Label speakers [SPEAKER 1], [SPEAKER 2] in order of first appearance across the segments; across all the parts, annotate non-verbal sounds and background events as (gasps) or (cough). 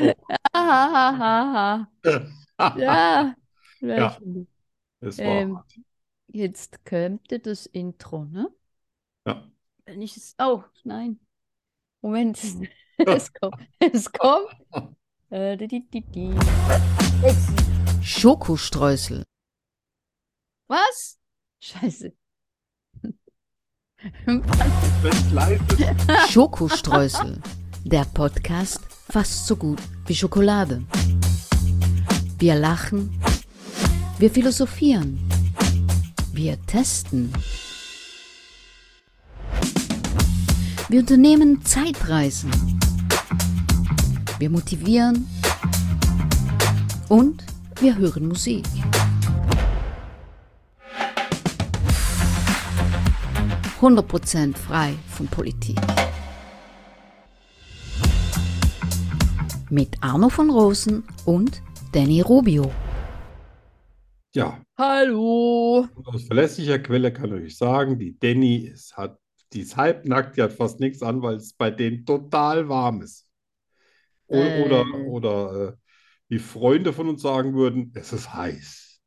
[SPEAKER 1] Oh.
[SPEAKER 2] Ah, ha, ha, ha. Ja,
[SPEAKER 1] Ah. Ja,
[SPEAKER 2] lächeln.
[SPEAKER 1] es war
[SPEAKER 2] Ähm, jetzt könnte das Intro, ne?
[SPEAKER 1] ja.
[SPEAKER 2] Wenn ich es. Oh, nein. Moment, es,
[SPEAKER 1] Hm.
[SPEAKER 2] (laughs) es kommt. Es
[SPEAKER 1] (laughs)
[SPEAKER 2] kommt. Äh, di, di, di, di. Jetzt.
[SPEAKER 3] Schokostreusel.
[SPEAKER 2] Was? Scheiße.
[SPEAKER 1] Wenn's leise ist.
[SPEAKER 3] Schokostreusel. Der Podcast fast so gut wie Schokolade. Wir lachen, wir philosophieren, wir testen. Wir unternehmen Zeitreisen. Wir motivieren und wir hören Musik. Prozent frei von Politik. mit Arno von Rosen und Danny Rubio.
[SPEAKER 1] Ja,
[SPEAKER 2] Hallo.
[SPEAKER 1] aus verlässlicher Quelle kann ich euch sagen, die Denny ist, hat, die ist halbnackt, die hat fast nichts an, weil es bei denen total warm ist. O oder
[SPEAKER 2] Äh,
[SPEAKER 1] oder äh, wie Freunde von uns sagen würden, es ist heiß.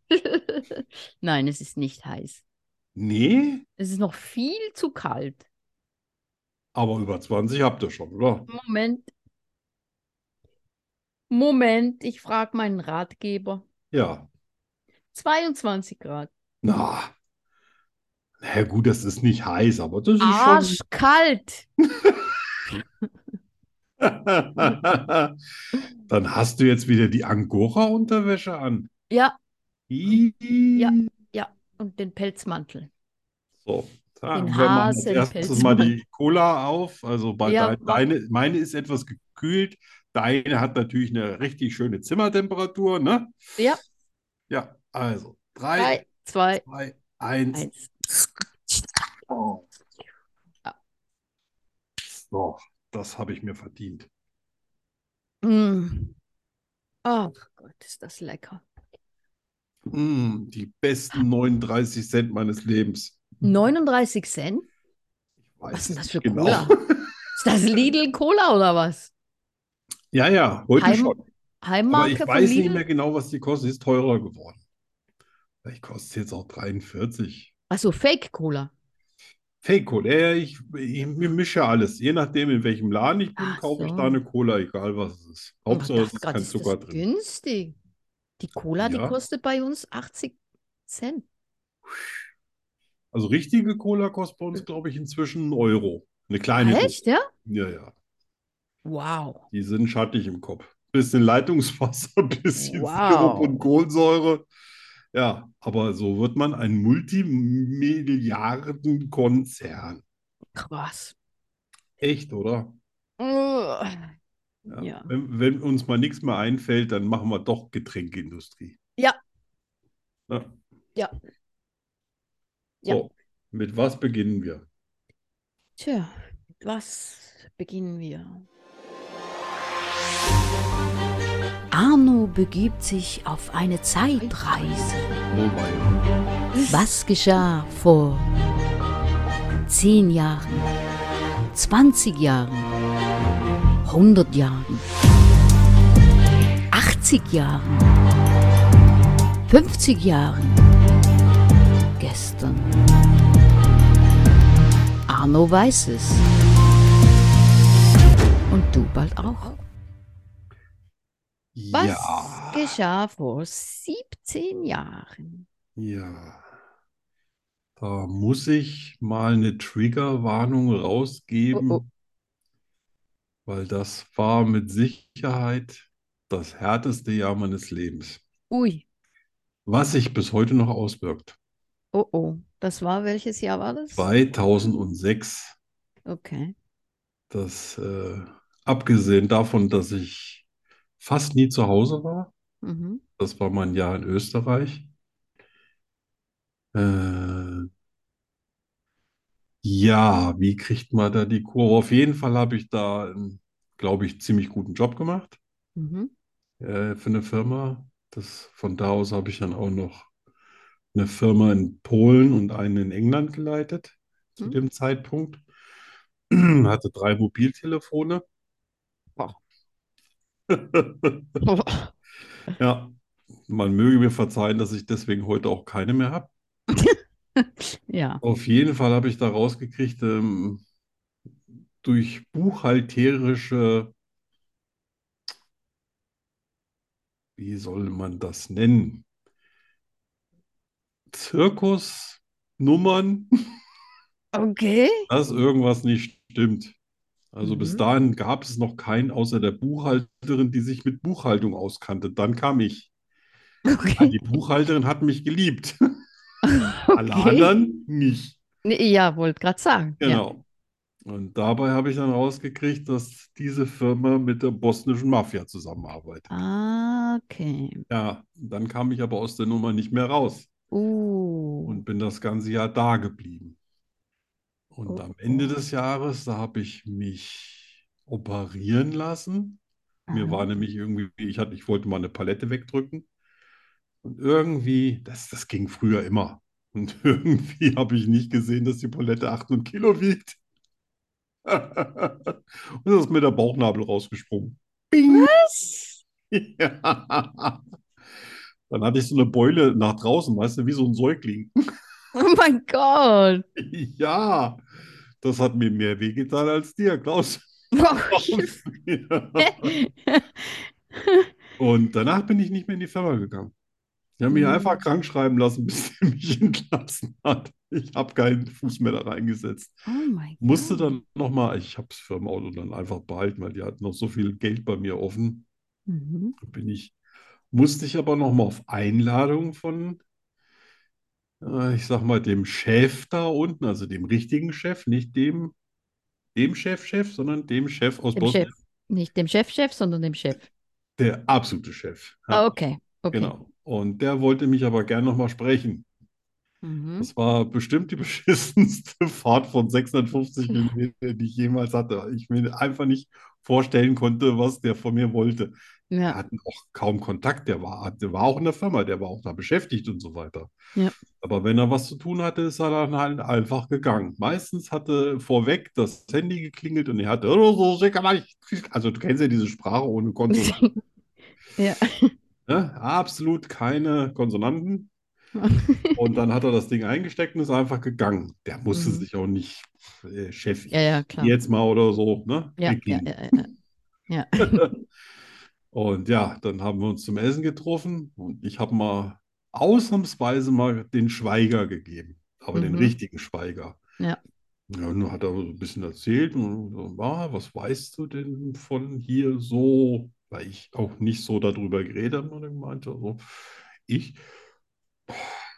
[SPEAKER 2] (laughs) Nein, es ist nicht heiß.
[SPEAKER 1] Nee,
[SPEAKER 2] Es ist noch viel zu kalt.
[SPEAKER 1] aber über 20 habt ihr schon, oder?
[SPEAKER 2] Moment, Moment, ich frage meinen Ratgeber.
[SPEAKER 1] Ja.
[SPEAKER 2] 22 Grad.
[SPEAKER 1] Na, na gut, das ist nicht heiß, aber das ist schon.
[SPEAKER 2] Arschkalt.
[SPEAKER 1] (laughs) Dann hast du jetzt wieder die Angora-Unterwäsche an.
[SPEAKER 2] Ja, ja,
[SPEAKER 1] Ih.
[SPEAKER 2] ja. Und den Pelzmantel.
[SPEAKER 1] So,
[SPEAKER 2] Den
[SPEAKER 1] dann, wir machen als erstes mal
[SPEAKER 2] Hasenpelzmantel.
[SPEAKER 1] die Cola auf. Also bei
[SPEAKER 2] Ja,
[SPEAKER 1] dein,
[SPEAKER 2] mach.
[SPEAKER 1] deine, meine ist etwas gekühlt. Deine hat natürlich eine richtig schöne Zimmertemperatur, ne?
[SPEAKER 2] Ja,
[SPEAKER 1] Ja, also drei,
[SPEAKER 2] 3, 2,
[SPEAKER 1] zwei, eins.
[SPEAKER 2] 1.
[SPEAKER 1] Oh, so, das habe ich mir verdient.
[SPEAKER 2] Mm. Ach Gott, ist das lecker.
[SPEAKER 1] Mm, die besten 39 Cent meines Lebens.
[SPEAKER 2] 39 Cent?
[SPEAKER 1] Ich
[SPEAKER 2] Was
[SPEAKER 1] weiß
[SPEAKER 2] ist denn
[SPEAKER 1] es
[SPEAKER 2] das für
[SPEAKER 1] nicht genau.
[SPEAKER 2] Cola? Ist das Lidl Cola oder was?
[SPEAKER 1] Ja, ja, heute
[SPEAKER 2] Heim,
[SPEAKER 1] schon. Aber ich
[SPEAKER 2] Heimmarke von
[SPEAKER 1] weiß nicht
[SPEAKER 2] Lidl?
[SPEAKER 1] mehr genau, was die kostet. Ist teurer geworden. Vielleicht kostet es jetzt auch 43.
[SPEAKER 2] Also Fake Cola.
[SPEAKER 1] Fake Cola. Ja, ja, ich, ich mische alles. Je nachdem, in welchem Laden ich bin,
[SPEAKER 2] Ach
[SPEAKER 1] kaufe ich da
[SPEAKER 2] so.
[SPEAKER 1] eine Cola, egal was es ist.
[SPEAKER 2] Und man
[SPEAKER 1] Hauptsache, es
[SPEAKER 2] dachte
[SPEAKER 1] ist
[SPEAKER 2] gerade,
[SPEAKER 1] kein
[SPEAKER 2] Oh ist das
[SPEAKER 1] Zucker drin.
[SPEAKER 2] günstig? Die Cola, die
[SPEAKER 1] Ja,
[SPEAKER 2] kostet bei uns 80 Cent.
[SPEAKER 1] also richtige Cola kostet bei uns, glaube ich, inzwischen einen Euro. Eine kleine Dose.
[SPEAKER 2] Echt, ja?
[SPEAKER 1] Ja, ja.
[SPEAKER 2] Wow.
[SPEAKER 1] Die sind schattig im Kopf. Bisschen Leitungswasser, (laughs) bisschen Sirup und
[SPEAKER 2] Wow.
[SPEAKER 1] Kohlensäure. Ja, aber so wird man ein Multimilliardenkonzern.
[SPEAKER 2] Krass.
[SPEAKER 1] Echt, oder?
[SPEAKER 2] Ugh.
[SPEAKER 1] Ja.
[SPEAKER 2] Ja.
[SPEAKER 1] Wenn, wenn uns mal nichts mehr einfällt, dann machen wir doch Getränkeindustrie.
[SPEAKER 2] Ja,
[SPEAKER 1] Ja.
[SPEAKER 2] ja, ja.
[SPEAKER 1] So, mit was beginnen wir?
[SPEAKER 2] Tja, mit was beginnen wir?
[SPEAKER 3] Arno begibt sich auf eine Zeitreise.
[SPEAKER 1] Wobei,
[SPEAKER 3] Was geschah vor 10 Jahren, 20 Jahren, 100 Jahren, 80 Jahren, 50 Jahren, gestern? Arno weiß es. Und du bald auch.
[SPEAKER 2] Was
[SPEAKER 1] ja,
[SPEAKER 2] geschah vor 17 Jahren?
[SPEAKER 1] ja, da muss ich mal eine Triggerwarnung
[SPEAKER 2] Oh, oh.
[SPEAKER 1] rausgeben, weil das war mit Sicherheit das härteste Jahr meines Lebens,
[SPEAKER 2] Ui,
[SPEAKER 1] was sich bis heute noch auswirkt.
[SPEAKER 2] oh oh. Das war, welches Jahr war das?
[SPEAKER 1] 2006,
[SPEAKER 2] (laughs) Okay.
[SPEAKER 1] das äh, abgesehen davon, dass ich fast nie zu Hause war,
[SPEAKER 2] Mhm.
[SPEAKER 1] das war mein Jahr in Österreich. Äh, Ja, wie kriegt man da die Kurve? Auf jeden Fall habe ich da, glaube ich, ziemlich guten Job gemacht
[SPEAKER 2] Mhm.
[SPEAKER 1] äh, für eine Firma. Das, von da aus habe ich dann auch noch eine Firma in Polen und eine in England geleitet zu
[SPEAKER 2] Hm?
[SPEAKER 1] (clears throat) dem Zeitpunkt. Hatte drei Mobiltelefone. (laughs)
[SPEAKER 2] Boah.
[SPEAKER 1] Ja, man möge mir verzeihen, dass ich deswegen heute auch keine mehr habe.
[SPEAKER 3] Ja.
[SPEAKER 1] Auf jeden Fall habe ich da rausgekriegt, ähm, durch buchhalterische, wie soll man das nennen? Zirkusnummern, (laughs)
[SPEAKER 2] Okay.
[SPEAKER 1] dass irgendwas nicht stimmt. Also bis
[SPEAKER 2] Mhm.
[SPEAKER 1] dahin gab es noch keinen außer der Buchhalterin, die sich mit Buchhaltung auskannte. Dann kam ich. Ah,
[SPEAKER 2] Okay.
[SPEAKER 1] Die Buchhalterin hat mich
[SPEAKER 2] (laughs)
[SPEAKER 1] geliebt. Alle anderen nicht.
[SPEAKER 2] Nee, Ja, wollte gerade sagen. Ja.
[SPEAKER 1] Genau. Und dabei habe ich dann rausgekriegt, dass diese Firma mit der bosnischen Mafia zusammenarbeitet.
[SPEAKER 2] Ah, okay.
[SPEAKER 1] Ja, dann kam ich aber aus der Nummer nicht mehr raus
[SPEAKER 2] Uh.
[SPEAKER 1] und bin das ganze Jahr da geblieben. Und
[SPEAKER 2] Oh.
[SPEAKER 1] am Ende des Jahres, da habe ich mich operieren lassen. Mir
[SPEAKER 2] Mhm.
[SPEAKER 1] war
[SPEAKER 2] Ah.
[SPEAKER 1] nämlich irgendwie, ich hatte, ich wollte mal eine Palette wegdrücken. Und irgendwie, das, das ging früher immer. Und (laughs) irgendwie habe ich nicht gesehen, dass die Palette 800 Kilo wiegt. (laughs) Und da ist mir der Bauchnabel rausgesprungen. (laughs) Bing!
[SPEAKER 2] Was?
[SPEAKER 1] Ja. Dann hatte ich so eine Beule nach draußen, weißt du, wie so ein Säugling.
[SPEAKER 2] (laughs)
[SPEAKER 1] (laughs)
[SPEAKER 2] Oh mein Gott.
[SPEAKER 1] Ja, das hat mir mehr wehgetan als dir, Klaus. (laughs) Ja. Und danach bin ich nicht mehr in die Firma gegangen. Die haben mich
[SPEAKER 2] Mhm.
[SPEAKER 1] einfach krank schreiben lassen, (laughs) bis sie mich entlassen hat. Ich habe keinen Fuß mehr da reingesetzt.
[SPEAKER 2] Ah.
[SPEAKER 3] Oh mein
[SPEAKER 1] Musste dann nochmal, ich habe das Firmenauto dann einfach behalten, weil die hatten noch so viel Geld bei mir offen.
[SPEAKER 3] Mhm.
[SPEAKER 1] Da Bin ich, musste ich aber nochmal auf Einladung von, äh, ich sag mal, dem Chef da unten, also dem richtigen Chef, nicht dem, dem Chef-Chef, sondern dem Chef aus
[SPEAKER 2] Dem
[SPEAKER 1] Bosnien,
[SPEAKER 2] Chef. Nicht dem Chefchef, sondern dem Chef.
[SPEAKER 1] der absolute Chef. Ja,
[SPEAKER 2] Ah, okay. Okay.
[SPEAKER 1] genau. Und der wollte mich aber gern nochmal sprechen.
[SPEAKER 3] Mhm.
[SPEAKER 1] Das war bestimmt die (laughs) beschissenste Fahrt von 650 Kilometern, die ich jemals hatte. Ich mir einfach nicht vorstellen konnte, was der von mir wollte. Wir
[SPEAKER 2] (laughs) Ja. (laughs)
[SPEAKER 1] hatten auch kaum Kontakt. Der war, der war auch in der Firma, der war auch da beschäftigt und so weiter.
[SPEAKER 2] Ja.
[SPEAKER 1] Aber wenn er was zu tun hatte, ist er dann halt einfach gegangen. Meistens hatte vorweg das Handy geklingelt und er hatte, also du kennst ja diese Sprache
[SPEAKER 2] (laughs)
[SPEAKER 1] ohne Konsonanten.
[SPEAKER 2] Ja.
[SPEAKER 1] Ne? Absolut keine
[SPEAKER 2] (laughs)
[SPEAKER 1] Konsonanten. Und dann hat er das Ding eingesteckt und ist einfach gegangen. Der musste
[SPEAKER 2] Mhm.
[SPEAKER 1] sich auch nicht, äh, Chef,
[SPEAKER 2] Ja, ja,
[SPEAKER 1] ich
[SPEAKER 2] klar.
[SPEAKER 1] jetzt mal oder so, ne?
[SPEAKER 2] Ja, ja,
[SPEAKER 1] Weggehen.
[SPEAKER 2] ja, ja. Ja. Ja.
[SPEAKER 1] Und ja, dann haben wir uns zum Essen getroffen und ich habe mal ausnahmsweise mal den Schweiger gegeben, aber den
[SPEAKER 2] Mhm.
[SPEAKER 1] richtigen Schweiger.
[SPEAKER 2] Ja.
[SPEAKER 1] Ja, und dann hat er so ein bisschen erzählt und so, ah, was weißt du denn von hier so? Weil ich auch nicht so darüber geredet habe, und er meinte so, ich,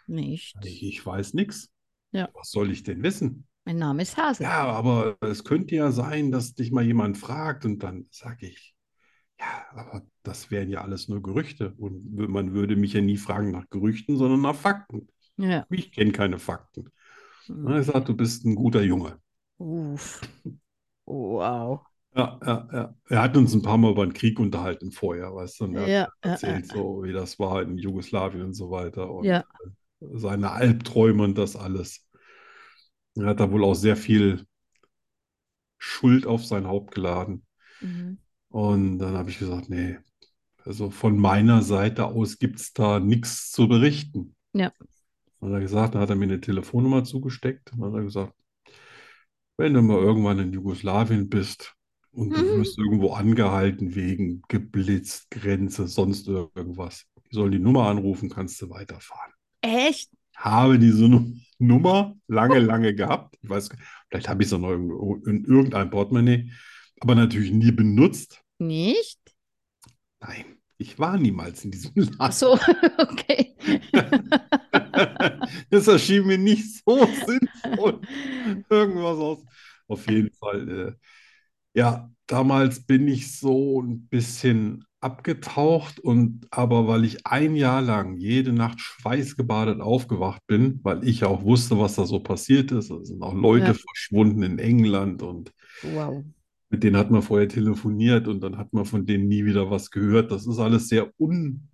[SPEAKER 2] Nicht.
[SPEAKER 1] ich weiß nichts.
[SPEAKER 2] Ja.
[SPEAKER 1] Was soll ich denn wissen?
[SPEAKER 2] Mein Name ist Hase.
[SPEAKER 1] Ja, aber es könnte ja sein, dass dich mal jemand fragt und dann sage ich, ja, aber das wären ja alles nur Gerüchte und w- man würde mich ja nie fragen nach Gerüchten, sondern nach Fakten.
[SPEAKER 2] Ja.
[SPEAKER 1] Ich kenne keine Fakten. Und er sagt, du bist ein guter Junge.
[SPEAKER 2] Uff. Wow.
[SPEAKER 1] Ja, ja, ja. Er hat uns ein paar Mal über den Krieg unterhalten vorher, weißt du, und er hat
[SPEAKER 2] Ja, ja,
[SPEAKER 1] erzählt, so wie das war in Jugoslawien und so weiter und äh,
[SPEAKER 2] ja.
[SPEAKER 1] seine Albträume und das alles. Er hat da wohl auch sehr viel Schuld auf sein Haupt geladen.
[SPEAKER 2] Mhm.
[SPEAKER 1] Und dann habe ich gesagt, nee, also von meiner Seite aus gibt es da nichts zu berichten.
[SPEAKER 2] Ja.
[SPEAKER 1] Und er gesagt, dann hat er mir eine Telefonnummer zugesteckt und hat er gesagt, wenn du mal irgendwann in Jugoslawien bist und du
[SPEAKER 2] Mhm.
[SPEAKER 1] wirst irgendwo angehalten wegen geblitzt, Grenze, sonst irgendwas, die sollen die Nummer anrufen, kannst du weiterfahren.
[SPEAKER 2] Echt?
[SPEAKER 1] Habe diese Nu- Nummer
[SPEAKER 2] (laughs)
[SPEAKER 1] lange, lange gehabt. Ich weiß, vielleicht habe ich sie noch irgendwo in irgendeinem Portemonnaie, aber natürlich nie benutzt.
[SPEAKER 2] Nicht?
[SPEAKER 1] Nein, ich war niemals in diesem (laughs) Laden.
[SPEAKER 2] Ach so, (laughs) okay.
[SPEAKER 1] Das erschien mir nicht so sinnvoll. Irgendwas aus. Auf jeden Fall. Äh, ja, damals bin ich so ein bisschen abgetaucht und aber weil ich ein Jahr lang jede Nacht schweißgebadet aufgewacht bin, weil ich ja auch wusste, was da so passiert ist. Es sind auch Leute
[SPEAKER 2] Ja.
[SPEAKER 1] verschwunden in England und
[SPEAKER 2] Wow.
[SPEAKER 1] mit denen hat man vorher telefoniert und dann hat man von denen nie wieder was gehört. Das ist alles sehr un,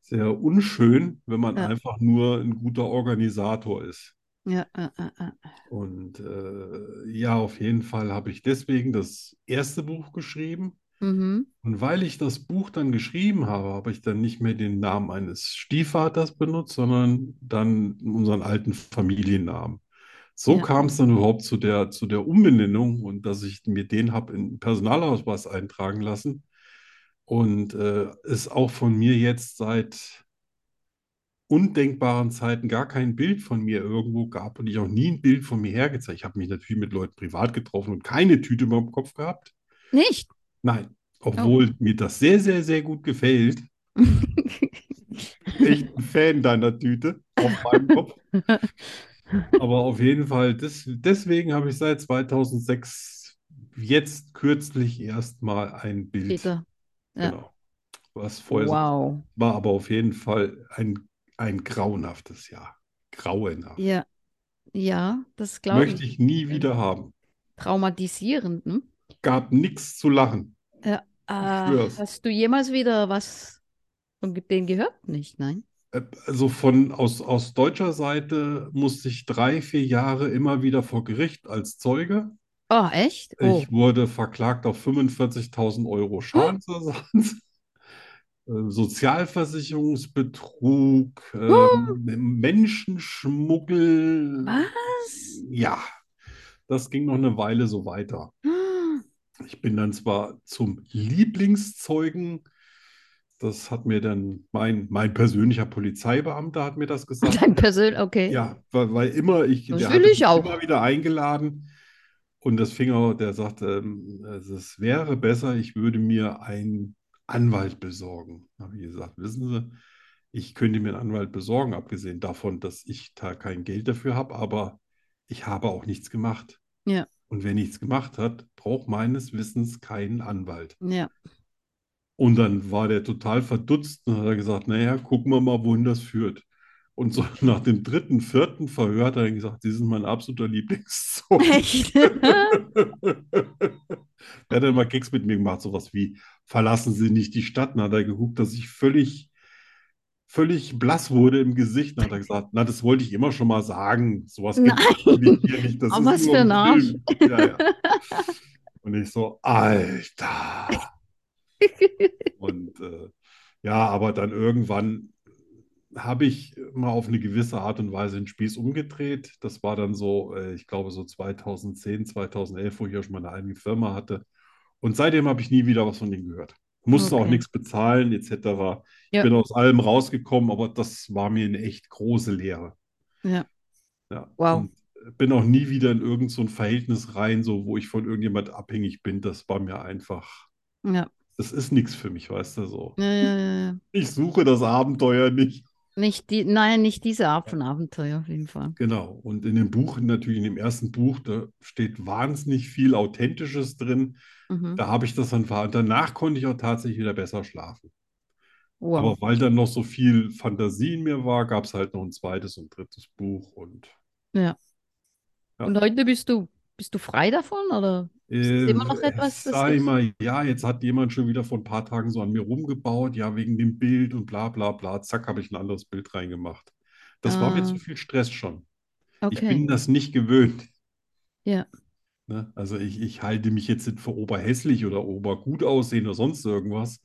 [SPEAKER 1] sehr unschön, wenn man
[SPEAKER 2] Ja.
[SPEAKER 1] einfach nur ein guter Organisator ist.
[SPEAKER 2] Ja, äh, äh, äh.
[SPEAKER 1] Und äh, ja, auf jeden Fall habe ich deswegen das erste Buch geschrieben.
[SPEAKER 3] Mhm.
[SPEAKER 1] Und weil ich das Buch dann geschrieben habe, habe ich dann nicht mehr den Namen eines Stiefvaters benutzt, sondern dann unseren alten Familiennamen. So
[SPEAKER 3] Ja.
[SPEAKER 1] kam es dann überhaupt zu der, zu der Umbenennung und dass ich mir den habe in den Personalausweis eintragen lassen. Und äh, es auch von mir jetzt seit undenkbaren Zeiten gar kein Bild von mir irgendwo gab und ich auch nie ein Bild von mir hergezeigt. Ich habe mich natürlich mit Leuten privat getroffen und keine Tüte über dem Kopf gehabt.
[SPEAKER 3] Nicht?
[SPEAKER 1] Nein, obwohl
[SPEAKER 3] Oh.
[SPEAKER 1] mir das sehr, sehr, sehr gut
[SPEAKER 3] (laughs)
[SPEAKER 1] gefällt.
[SPEAKER 3] äh.
[SPEAKER 2] (laughs)
[SPEAKER 1] Echt ein Fan deiner Tüte auf meinem
[SPEAKER 3] (laughs)
[SPEAKER 1] Kopf. Aber auf jeden Fall, des, deswegen habe ich seit 2006 jetzt kürzlich erstmal ein Bild.
[SPEAKER 3] Peter. ja.
[SPEAKER 1] Genau. Was vorher so
[SPEAKER 3] Wow.
[SPEAKER 1] war, aber auf jeden Fall ein, ein grauenhaftes Jahr. Grauenhaft.
[SPEAKER 3] Ja. Ja, das glaube
[SPEAKER 1] Möchte
[SPEAKER 3] ich.
[SPEAKER 1] ich nie wieder haben.
[SPEAKER 3] Traumatisierend, ne?
[SPEAKER 1] Gab nichts zu lachen.
[SPEAKER 3] Ah,
[SPEAKER 1] schwör's.
[SPEAKER 3] hast du jemals wieder was von denen gehört? Nicht, nein.
[SPEAKER 1] Äh, Also von aus, aus deutscher Seite musste ich drei, vier Jahre immer wieder vor Gericht als Zeuge.
[SPEAKER 3] Oh, echt? Oh. (gasps)
[SPEAKER 1] Ich wurde verklagt auf 45.000 Euro Schadensersatz, (laughs) äh, Sozialversicherungsbetrug, ähm, Menschenschmuggel.
[SPEAKER 3] Was?
[SPEAKER 1] Ja, das ging noch eine Weile so weiter. Ich bin dann zwar zum Lieblingszeugen, das hat mir dann mein, mein persönlicher Polizeibeamter hat mir das
[SPEAKER 3] (laughs)
[SPEAKER 1] gesagt.
[SPEAKER 3] Dein Persönlich, okay.
[SPEAKER 1] Ja, weil, weil immer ich,
[SPEAKER 3] Das
[SPEAKER 1] der
[SPEAKER 3] will
[SPEAKER 1] hatte
[SPEAKER 3] ich
[SPEAKER 1] mich
[SPEAKER 3] auch.
[SPEAKER 1] immer wieder eingeladen und das Finger, der sagte, ähm, also es wäre besser, ich würde mir einen Anwalt besorgen. Habe ich gesagt, wissen Sie, ich könnte mir einen Anwalt besorgen, abgesehen davon, dass ich da kein Geld dafür habe, aber ich habe auch nichts gemacht.
[SPEAKER 3] Ja.
[SPEAKER 1] Und wer nichts gemacht hat, braucht meines Wissens keinen Anwalt.
[SPEAKER 3] Ja.
[SPEAKER 1] Und dann war der total verdutzt und hat er gesagt, naja, gucken wir mal, wohin das führt. Und so (laughs) nach dem dritten, vierten Verhör hat er dann gesagt, Sie sind mein absoluter Lieblingszeuge. (laughs)
[SPEAKER 3] (laughs) Echt?
[SPEAKER 1] Er hat dann mal Gags mit mir gemacht, sowas wie, verlassen Sie nicht die Stadt. Dann hat er geguckt, dass ich völlig, völlig blass wurde im Gesicht. Dann hat er gesagt, na, das wollte ich immer schon mal sagen. Sowas gibt es
[SPEAKER 3] Nein.
[SPEAKER 1] natürlich hier nicht. Das
[SPEAKER 3] Aber
[SPEAKER 1] ist
[SPEAKER 3] was
[SPEAKER 1] nur
[SPEAKER 3] für ein
[SPEAKER 1] im
[SPEAKER 3] Arsch.
[SPEAKER 1] Film. Ja, ja.
[SPEAKER 3] (laughs)
[SPEAKER 1] Und ich so, Alter. Und äh, ja, aber dann irgendwann habe ich mal auf eine gewisse Art und Weise den Spieß umgedreht. Das war dann so, äh, ich glaube, so 2010, 2011, wo ich ja schon meine eigene Firma hatte. Und seitdem habe ich nie wieder was von denen gehört. Musste auch
[SPEAKER 3] Okay.
[SPEAKER 1] nichts bezahlen, etc. Ich
[SPEAKER 3] Ja.
[SPEAKER 1] bin aus allem rausgekommen, aber das war mir eine echt große Lehre.
[SPEAKER 3] Ja.
[SPEAKER 1] Ja.
[SPEAKER 3] Wow.
[SPEAKER 1] Und bin auch nie wieder in irgend so ein Verhältnis rein, so wo ich von irgendjemand abhängig bin. Das war mir einfach,
[SPEAKER 3] Ja.
[SPEAKER 1] das ist nichts für mich, weißt du, so.
[SPEAKER 3] Ja, ja, ja, ja.
[SPEAKER 1] Ich suche das Abenteuer nicht.
[SPEAKER 3] Nicht die, nein, nicht diese Art von Abenteuer auf jeden Fall.
[SPEAKER 1] Genau. Und in dem Buch, natürlich in dem ersten Buch, da steht wahnsinnig viel Authentisches drin.
[SPEAKER 3] Mhm.
[SPEAKER 1] Da habe ich das dann ver. Danach konnte ich auch tatsächlich wieder besser schlafen.
[SPEAKER 3] Wow.
[SPEAKER 1] Aber weil dann noch so viel Fantasie in mir war, gab es halt noch ein zweites und drittes Buch. Und ja.
[SPEAKER 3] Und heute bist du, bist du frei davon oder? Ist das
[SPEAKER 1] äh,
[SPEAKER 3] immer noch etwas, das
[SPEAKER 1] sag ich
[SPEAKER 3] dich-
[SPEAKER 1] mal, ja, jetzt hat jemand schon wieder vor ein paar Tagen so an mir rumgebaut, ja, wegen dem Bild und bla bla bla. Zack, habe ich ein anderes Bild reingemacht. Das war mir
[SPEAKER 3] Ah.
[SPEAKER 1] zu viel Stress schon. Ich
[SPEAKER 3] Okay.
[SPEAKER 1] bin das nicht gewöhnt.
[SPEAKER 3] Ja.
[SPEAKER 1] Ne? Also ich, ich halte mich jetzt nicht für oberhässlich oder obergut aussehen oder sonst irgendwas.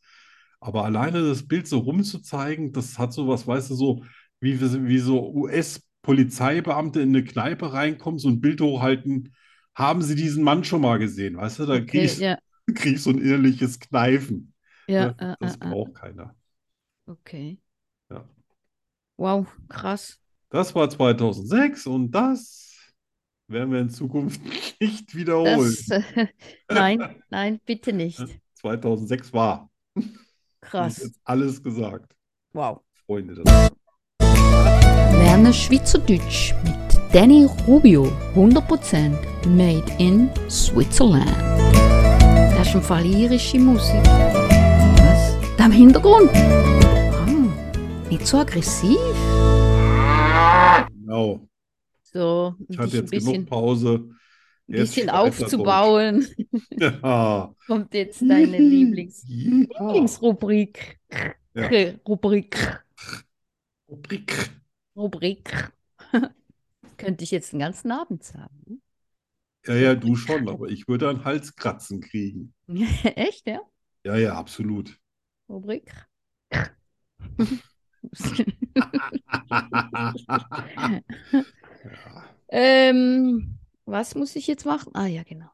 [SPEAKER 1] Aber alleine das Bild so rumzuzeigen, das hat sowas, weißt du, so wie, wie so US-Polizeibeamte in eine Kneipe reinkommen, so ein Bild hochhalten, haben sie diesen Mann schon mal gesehen, weißt du, da kriege
[SPEAKER 3] Okay,
[SPEAKER 1] ich, (laughs)
[SPEAKER 3] ja,
[SPEAKER 1] krieg ich so ein innerliches Kneifen.
[SPEAKER 3] ja,
[SPEAKER 1] Ne?
[SPEAKER 3] äh,
[SPEAKER 1] Das
[SPEAKER 3] äh, äh,
[SPEAKER 1] braucht keiner.
[SPEAKER 3] okay.
[SPEAKER 1] Ja.
[SPEAKER 3] Wow, krass.
[SPEAKER 1] Das war 2006 und das werden wir in Zukunft (laughs) nicht wiederholen.
[SPEAKER 3] Das, (laughs) äh, nein, nein, bitte nicht.
[SPEAKER 1] 2006 war. Ich hab
[SPEAKER 3] Krass.
[SPEAKER 1] jetzt alles gesagt.
[SPEAKER 3] Wow.
[SPEAKER 1] Freunde, das
[SPEAKER 3] Lerne Schweizerdeutsch mit Danny Rubio. 100% made in Switzerland. Das ist im Fall irische Musik. Was? Da im Hintergrund? Ah, nicht so aggressiv.
[SPEAKER 1] genau.
[SPEAKER 3] So, um
[SPEAKER 1] Ich hatte
[SPEAKER 3] dich ein
[SPEAKER 1] jetzt genug
[SPEAKER 3] bisschen,
[SPEAKER 1] Pause.
[SPEAKER 3] ein
[SPEAKER 1] Jetzt
[SPEAKER 3] bisschen
[SPEAKER 1] Schweizerdeutsch.
[SPEAKER 3] aufzubauen,
[SPEAKER 1] (laughs)
[SPEAKER 3] (laughs)
[SPEAKER 1] Ja.
[SPEAKER 3] kommt jetzt deine Lieblings
[SPEAKER 1] Ja.
[SPEAKER 3] Lieblingsrubrik.
[SPEAKER 1] Mhm. Oh. Ja.
[SPEAKER 3] Rubrik.
[SPEAKER 1] Rubrik.
[SPEAKER 3] Rubrik. (laughs) Könnte ich jetzt den ganzen Abend sagen.
[SPEAKER 1] Ja, ja, du schon, aber ich würde einen Halskratzen kriegen.
[SPEAKER 3] Echt, ja?
[SPEAKER 1] Ja, ja, absolut. (laughs)
[SPEAKER 2] Rubrik.
[SPEAKER 1] ja.
[SPEAKER 2] ähm, was muss ich jetzt machen? Ah ja,
[SPEAKER 1] (laughs)
[SPEAKER 2] genau.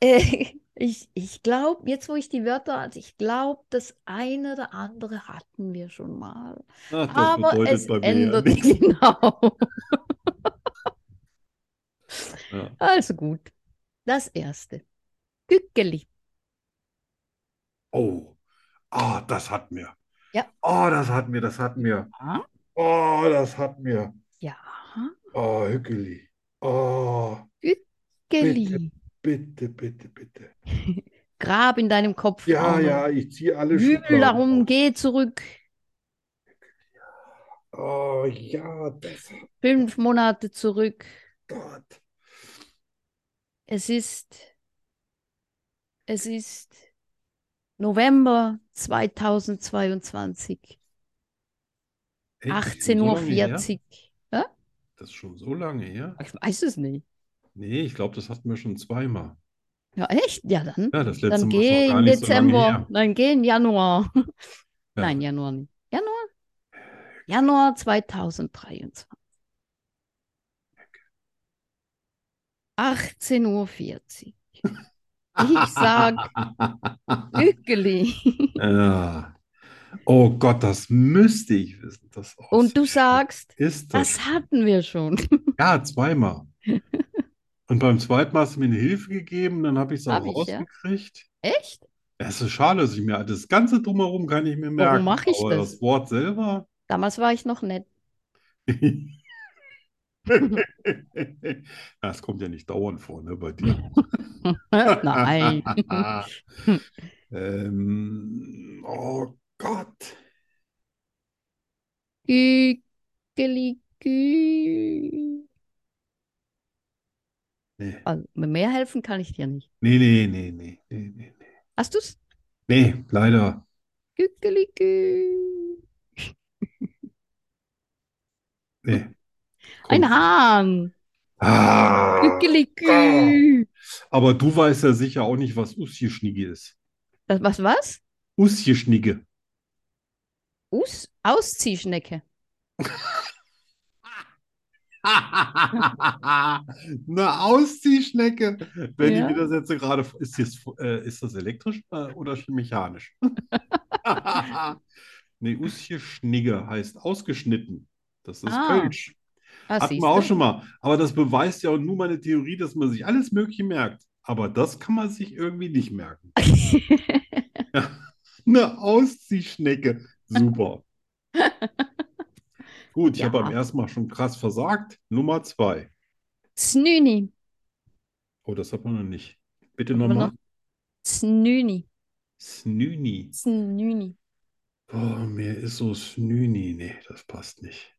[SPEAKER 2] äh, ich ich glaube, jetzt wo ich die Wörter, also ich glaube, das eine oder andere hatten wir schon mal.
[SPEAKER 1] Ach, das
[SPEAKER 2] Aber
[SPEAKER 1] bedeutet
[SPEAKER 2] es
[SPEAKER 1] bei mir ja
[SPEAKER 2] ändert
[SPEAKER 1] nichts.
[SPEAKER 2] (laughs) genau.
[SPEAKER 1] Ja.
[SPEAKER 2] Also gut. Das erste. Gückeli.
[SPEAKER 1] Oh, ah, das hat mir.
[SPEAKER 2] Ja.
[SPEAKER 1] Oh, das hat mir, das hat mir.
[SPEAKER 2] Ja.
[SPEAKER 1] Oh, das hat mir.
[SPEAKER 2] Ja.
[SPEAKER 1] Oh, Hückeli. Oh,
[SPEAKER 2] Gückeli.
[SPEAKER 1] bitte, bitte, bitte.
[SPEAKER 2] Grab in deinem Kopf.
[SPEAKER 1] Ja,
[SPEAKER 2] Arno.
[SPEAKER 1] ja, ich ziehe alle
[SPEAKER 2] Übel
[SPEAKER 1] Schubladen
[SPEAKER 2] darum,
[SPEAKER 1] auf.
[SPEAKER 2] geh zurück.
[SPEAKER 1] Oh, ja, das hat
[SPEAKER 2] Fünf Monate zurück.
[SPEAKER 1] Gott.
[SPEAKER 2] Es ist, es ist November 2022,
[SPEAKER 1] Echt, das ist schon so lange her?
[SPEAKER 2] 18.40 Uhr. Ja?
[SPEAKER 1] Das ist schon so lange her?
[SPEAKER 2] Ich weiß es nicht.
[SPEAKER 1] Nee, ich glaube, das hatten wir schon zweimal.
[SPEAKER 2] Ja, echt? Ja, dann.
[SPEAKER 1] Ja, das letzte
[SPEAKER 2] Dann
[SPEAKER 1] Mal ist
[SPEAKER 2] geh
[SPEAKER 1] noch gar
[SPEAKER 2] im
[SPEAKER 1] nicht so lange
[SPEAKER 2] Dezember.
[SPEAKER 1] her.
[SPEAKER 2] Dann geh im Januar. (laughs)
[SPEAKER 1] Ja.
[SPEAKER 2] Nein, Januar nicht. Januar? Januar 2023. 18.40 Uhr. Ich
[SPEAKER 1] (laughs)
[SPEAKER 2] sag Gückeli.
[SPEAKER 1] Ja. Oh Gott, das müsste ich wissen. Das
[SPEAKER 2] Und du sagst,
[SPEAKER 1] ist das.
[SPEAKER 2] das hatten wir schon.
[SPEAKER 1] (laughs) Ja, zweimal. Und beim zweiten Mal hast du mir eine Hilfe gegeben, dann habe ich es auch
[SPEAKER 2] Hab ich, ja.
[SPEAKER 1] rausgekriegt.
[SPEAKER 2] Echt?
[SPEAKER 1] Es ist schade, dass ich mir das ganze Drumherum kann ich mir merken,
[SPEAKER 2] mache ich
[SPEAKER 1] aber
[SPEAKER 2] das?
[SPEAKER 1] das Wort selber.
[SPEAKER 2] Damals war ich noch nett.
[SPEAKER 1] (laughs) Das kommt ja nicht dauernd vor, ne, bei dir.
[SPEAKER 2] (laughs) Nein.
[SPEAKER 1] (laughs) Ähm, oh Gott.
[SPEAKER 2] Gückeli, gü.
[SPEAKER 1] Nee,
[SPEAKER 2] Also, mehr helfen kann ich dir nicht.
[SPEAKER 1] nee, nee, nee, nee, nee, nee. nee.
[SPEAKER 2] Hast du's?
[SPEAKER 1] Nee, leider.
[SPEAKER 2] Gückeli, gü.
[SPEAKER 1] Nee.
[SPEAKER 2] Ein Hahn.
[SPEAKER 1] Ah,
[SPEAKER 2] Gückeli, gü.
[SPEAKER 1] aber du weißt ja sicher auch nicht, was Usjeschnigge ist.
[SPEAKER 2] Das, Äh, was, was?
[SPEAKER 1] Usjeschnigge.
[SPEAKER 2] Us Ausziehschnecke.
[SPEAKER 1] (laughs) Eine Ausziehschnecke. Wenn
[SPEAKER 2] Ja.
[SPEAKER 1] ich mir das jetzt gerade. Ist das, äh, ist das elektrisch äh, oder mechanisch? (laughs) nee, Usjeschnigge heißt ausgeschnitten. Das ist
[SPEAKER 2] Ah,
[SPEAKER 1] Kölsch.
[SPEAKER 2] Ah,
[SPEAKER 1] Hatten
[SPEAKER 2] siehst
[SPEAKER 1] wir auch
[SPEAKER 2] du?
[SPEAKER 1] schon mal. Aber das beweist ja auch nur meine Theorie, dass man sich alles Mögliche merkt. Aber das kann man sich irgendwie
[SPEAKER 2] (laughs)
[SPEAKER 1] nicht merken. (laughs) Eine Ausziehschnecke.
[SPEAKER 2] (laughs)
[SPEAKER 1] Super. Gut, ich
[SPEAKER 2] Ja.
[SPEAKER 1] habe beim ersten Mal schon krass versagt. Nummer zwei.
[SPEAKER 2] Znüni.
[SPEAKER 1] Oh, das hat man noch nicht. Bitte
[SPEAKER 2] Hat man
[SPEAKER 1] nochmal.
[SPEAKER 2] noch? Znüni.
[SPEAKER 1] Snüni.
[SPEAKER 2] Znüni.
[SPEAKER 1] Oh, mir ist so Snüni. Nee, das passt nicht.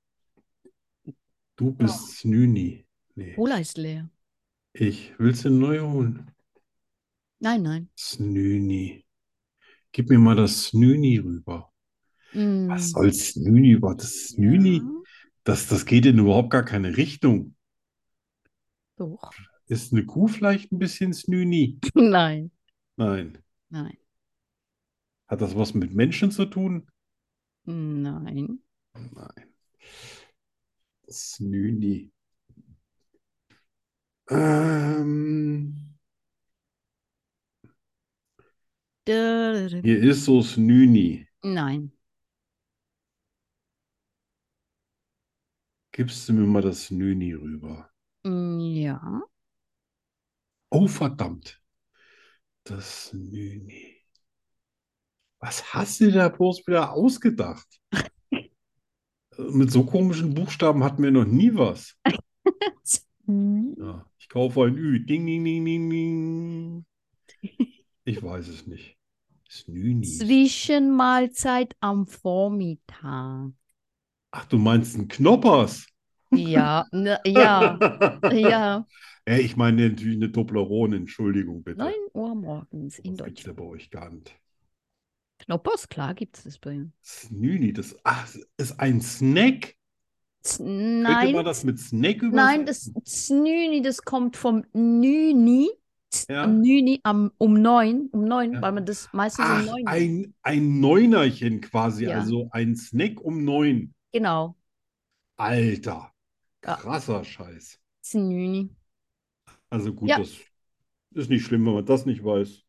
[SPEAKER 1] Du bist Snüni. Nee.
[SPEAKER 2] Cola ist leer.
[SPEAKER 1] Ich will's dir neu holen.
[SPEAKER 2] Nein, nein.
[SPEAKER 1] Snüni. Gib mir mal das Snüni rüber.
[SPEAKER 2] Mm.
[SPEAKER 1] Was soll Snüni über das Snüni?
[SPEAKER 2] Ja,
[SPEAKER 1] Das, das geht in überhaupt gar keine Richtung.
[SPEAKER 2] doch.
[SPEAKER 1] Ist eine Kuh vielleicht ein bisschen Snüni?
[SPEAKER 2] (laughs) Nein,
[SPEAKER 1] Nein.
[SPEAKER 2] nein,
[SPEAKER 1] Hat das was mit Menschen zu tun?
[SPEAKER 2] nein.
[SPEAKER 1] Nein. Snüni. Ähm,
[SPEAKER 2] Dö, dö, dö.
[SPEAKER 1] hier ist so Snüni.
[SPEAKER 2] Nein.
[SPEAKER 1] Gibst du mir mal das Snüni rüber?
[SPEAKER 2] Mm, Ja.
[SPEAKER 1] Oh, verdammt. Das Nüni. Was hast du dir da bloß wieder ausgedacht? Mit so komischen Buchstaben hatten wir noch nie was.
[SPEAKER 2] Znüni.
[SPEAKER 1] Ja, ich kaufe ein Ü. Ding, ding, ding, ding, ding. Ich weiß es nicht. Snüni.
[SPEAKER 2] Zwischenmahlzeit am Vormittag.
[SPEAKER 1] Ach, du meinst einen
[SPEAKER 2] (laughs)
[SPEAKER 1] Knoppers?
[SPEAKER 2] Ja, ne, (laughs) ja, ja.
[SPEAKER 1] Ey, ich meine natürlich eine Toblerone, Entschuldigung bitte.
[SPEAKER 2] 9 Uhr morgens in
[SPEAKER 1] Das gibt's ja
[SPEAKER 2] Deutschland.
[SPEAKER 1] bei euch gar nicht.
[SPEAKER 2] Knoppers, klar gibt es das bei uns.
[SPEAKER 1] Snüni, das ach, ist ein Snack.
[SPEAKER 2] Z-
[SPEAKER 1] Könnte
[SPEAKER 2] Nein,
[SPEAKER 1] man das mit Snack
[SPEAKER 2] nein,
[SPEAKER 1] übersetzen?
[SPEAKER 2] das Znüni, das kommt vom Nüni
[SPEAKER 1] Ja.
[SPEAKER 2] am 9, am, um 9, um 9,
[SPEAKER 1] Ja.
[SPEAKER 2] weil man das meistens um
[SPEAKER 1] Ach,
[SPEAKER 2] 9 macht.
[SPEAKER 1] ein, ein Neunerchen quasi,
[SPEAKER 2] Ja.
[SPEAKER 1] also ein Snack um neun.
[SPEAKER 2] Genau,
[SPEAKER 1] Alter,
[SPEAKER 2] Ja.
[SPEAKER 1] krasser Scheiß.
[SPEAKER 2] das ist ein Nüni.
[SPEAKER 1] Also gut,
[SPEAKER 2] Ja.
[SPEAKER 1] das ist nicht schlimm, wenn man das nicht weiß.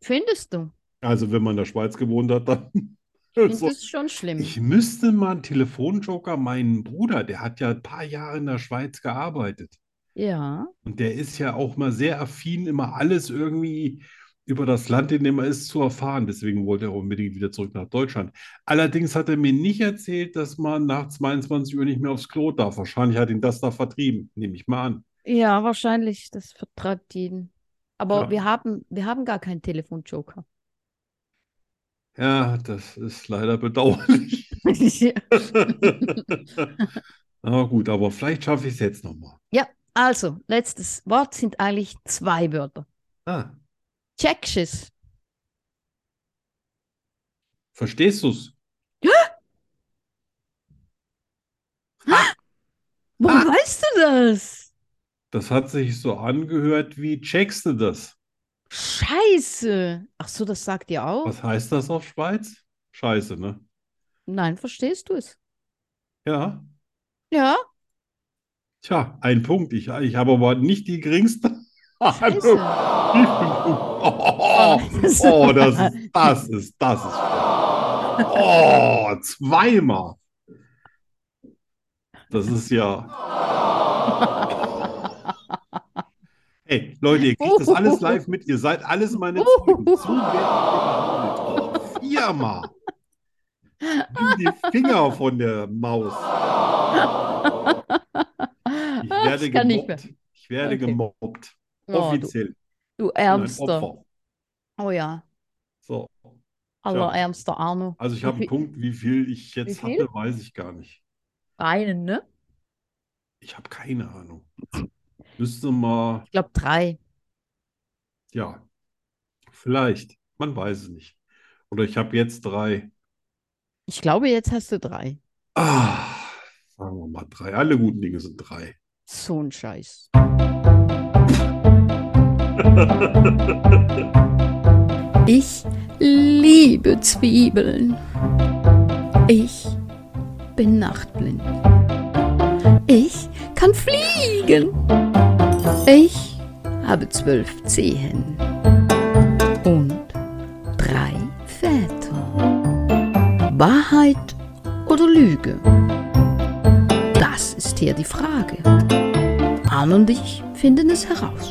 [SPEAKER 2] Findest du?
[SPEAKER 1] Also wenn man in der Schweiz gewohnt hat, dann (laughs)
[SPEAKER 2] Ich
[SPEAKER 1] so.
[SPEAKER 2] finde das schon schlimm.
[SPEAKER 1] Ich müsste mal einen Telefonjoker, meinen Bruder, der hat ja ein paar Jahre in der Schweiz gearbeitet.
[SPEAKER 2] ja, (laughs)
[SPEAKER 1] Und der ist ja auch mal sehr affin, immer alles irgendwie über das Land, in dem er ist, zu erfahren. Deswegen wollte er unbedingt wieder zurück nach Deutschland. Allerdings hat er mir nicht erzählt, dass man nach 22 Uhr nicht mehr aufs Klo darf. Wahrscheinlich hat ihn das da vertrieben, nehme ich mal an.
[SPEAKER 2] ja, wahrscheinlich, das vertreibt jeden. Aber
[SPEAKER 1] Ja.
[SPEAKER 2] wir haben, wir haben gar keinen Telefonjoker.
[SPEAKER 1] Ja, das ist leider bedauerlich.
[SPEAKER 2] Ja.
[SPEAKER 1] (laughs) Na gut, aber vielleicht schaffe ich es jetzt nochmal.
[SPEAKER 2] Also, letztes Wort sind eigentlich zwei Wörter.
[SPEAKER 1] Ah,
[SPEAKER 2] Checkst es?
[SPEAKER 1] verstehst du es?
[SPEAKER 2] Woher
[SPEAKER 1] Ah.
[SPEAKER 2] weißt du das?
[SPEAKER 1] Das hat sich so angehört, wie checkst du das?
[SPEAKER 2] Scheiße. Ach so, das sagt ihr auch?
[SPEAKER 1] Was heißt das auf Schweiz? Scheiße, ne?
[SPEAKER 2] Nein, verstehst du es?
[SPEAKER 1] Ja.
[SPEAKER 2] Ja,
[SPEAKER 1] Tja, ein Punkt. Ich, ich habe aber nicht die geringste (laughs) Ahnung.
[SPEAKER 2] Scheiße. (laughs)
[SPEAKER 1] Oh,
[SPEAKER 2] das-
[SPEAKER 1] oh, das ist, das ist, das
[SPEAKER 2] (laughs)
[SPEAKER 1] ist. Oh, zweimal. Das
[SPEAKER 2] (laughs)
[SPEAKER 1] ist ja. Hey, Leute, ihr kriegt das alles live mit. Ihr seid alles meine Zeugen.
[SPEAKER 2] (laughs)
[SPEAKER 1] So werden wir behandelt. Viermal. Nimm die Finger von der Maus.
[SPEAKER 2] (laughs)
[SPEAKER 1] Ich werde
[SPEAKER 2] Ich kann nicht
[SPEAKER 1] gemobbt. Ich werde
[SPEAKER 2] Okay.
[SPEAKER 1] gemobbt.
[SPEAKER 2] Oh, du,
[SPEAKER 1] (laughs) Offiziell.
[SPEAKER 2] du
[SPEAKER 1] Ich bin ein
[SPEAKER 2] Ärmster.
[SPEAKER 1] Opfer.
[SPEAKER 2] Oh ja,
[SPEAKER 1] So.
[SPEAKER 2] allerärmster Arno.
[SPEAKER 1] Also ich
[SPEAKER 2] Wie
[SPEAKER 1] habe einen
[SPEAKER 2] viel-
[SPEAKER 1] Punkt, wie viel ich jetzt
[SPEAKER 2] Wie viel?
[SPEAKER 1] hatte, weiß ich gar nicht.
[SPEAKER 2] Einen, ne?
[SPEAKER 1] Ich habe keine Ahnung. Müsste mal,
[SPEAKER 2] Ich glaube drei.
[SPEAKER 1] ja, vielleicht. Man weiß es nicht. Oder ich habe jetzt drei.
[SPEAKER 2] Ich glaube, jetzt hast du drei.
[SPEAKER 1] Ah, sagen wir mal drei. Alle guten Dinge sind drei.
[SPEAKER 2] So ein Scheiß.
[SPEAKER 3] Ich liebe Zwiebeln. Ich bin nachtblind. Ich kann fliegen. Ich habe zwölf Zehen und drei Väter. Wahrheit oder Lüge? Das ist hier die Frage. Arne und ich finden es heraus.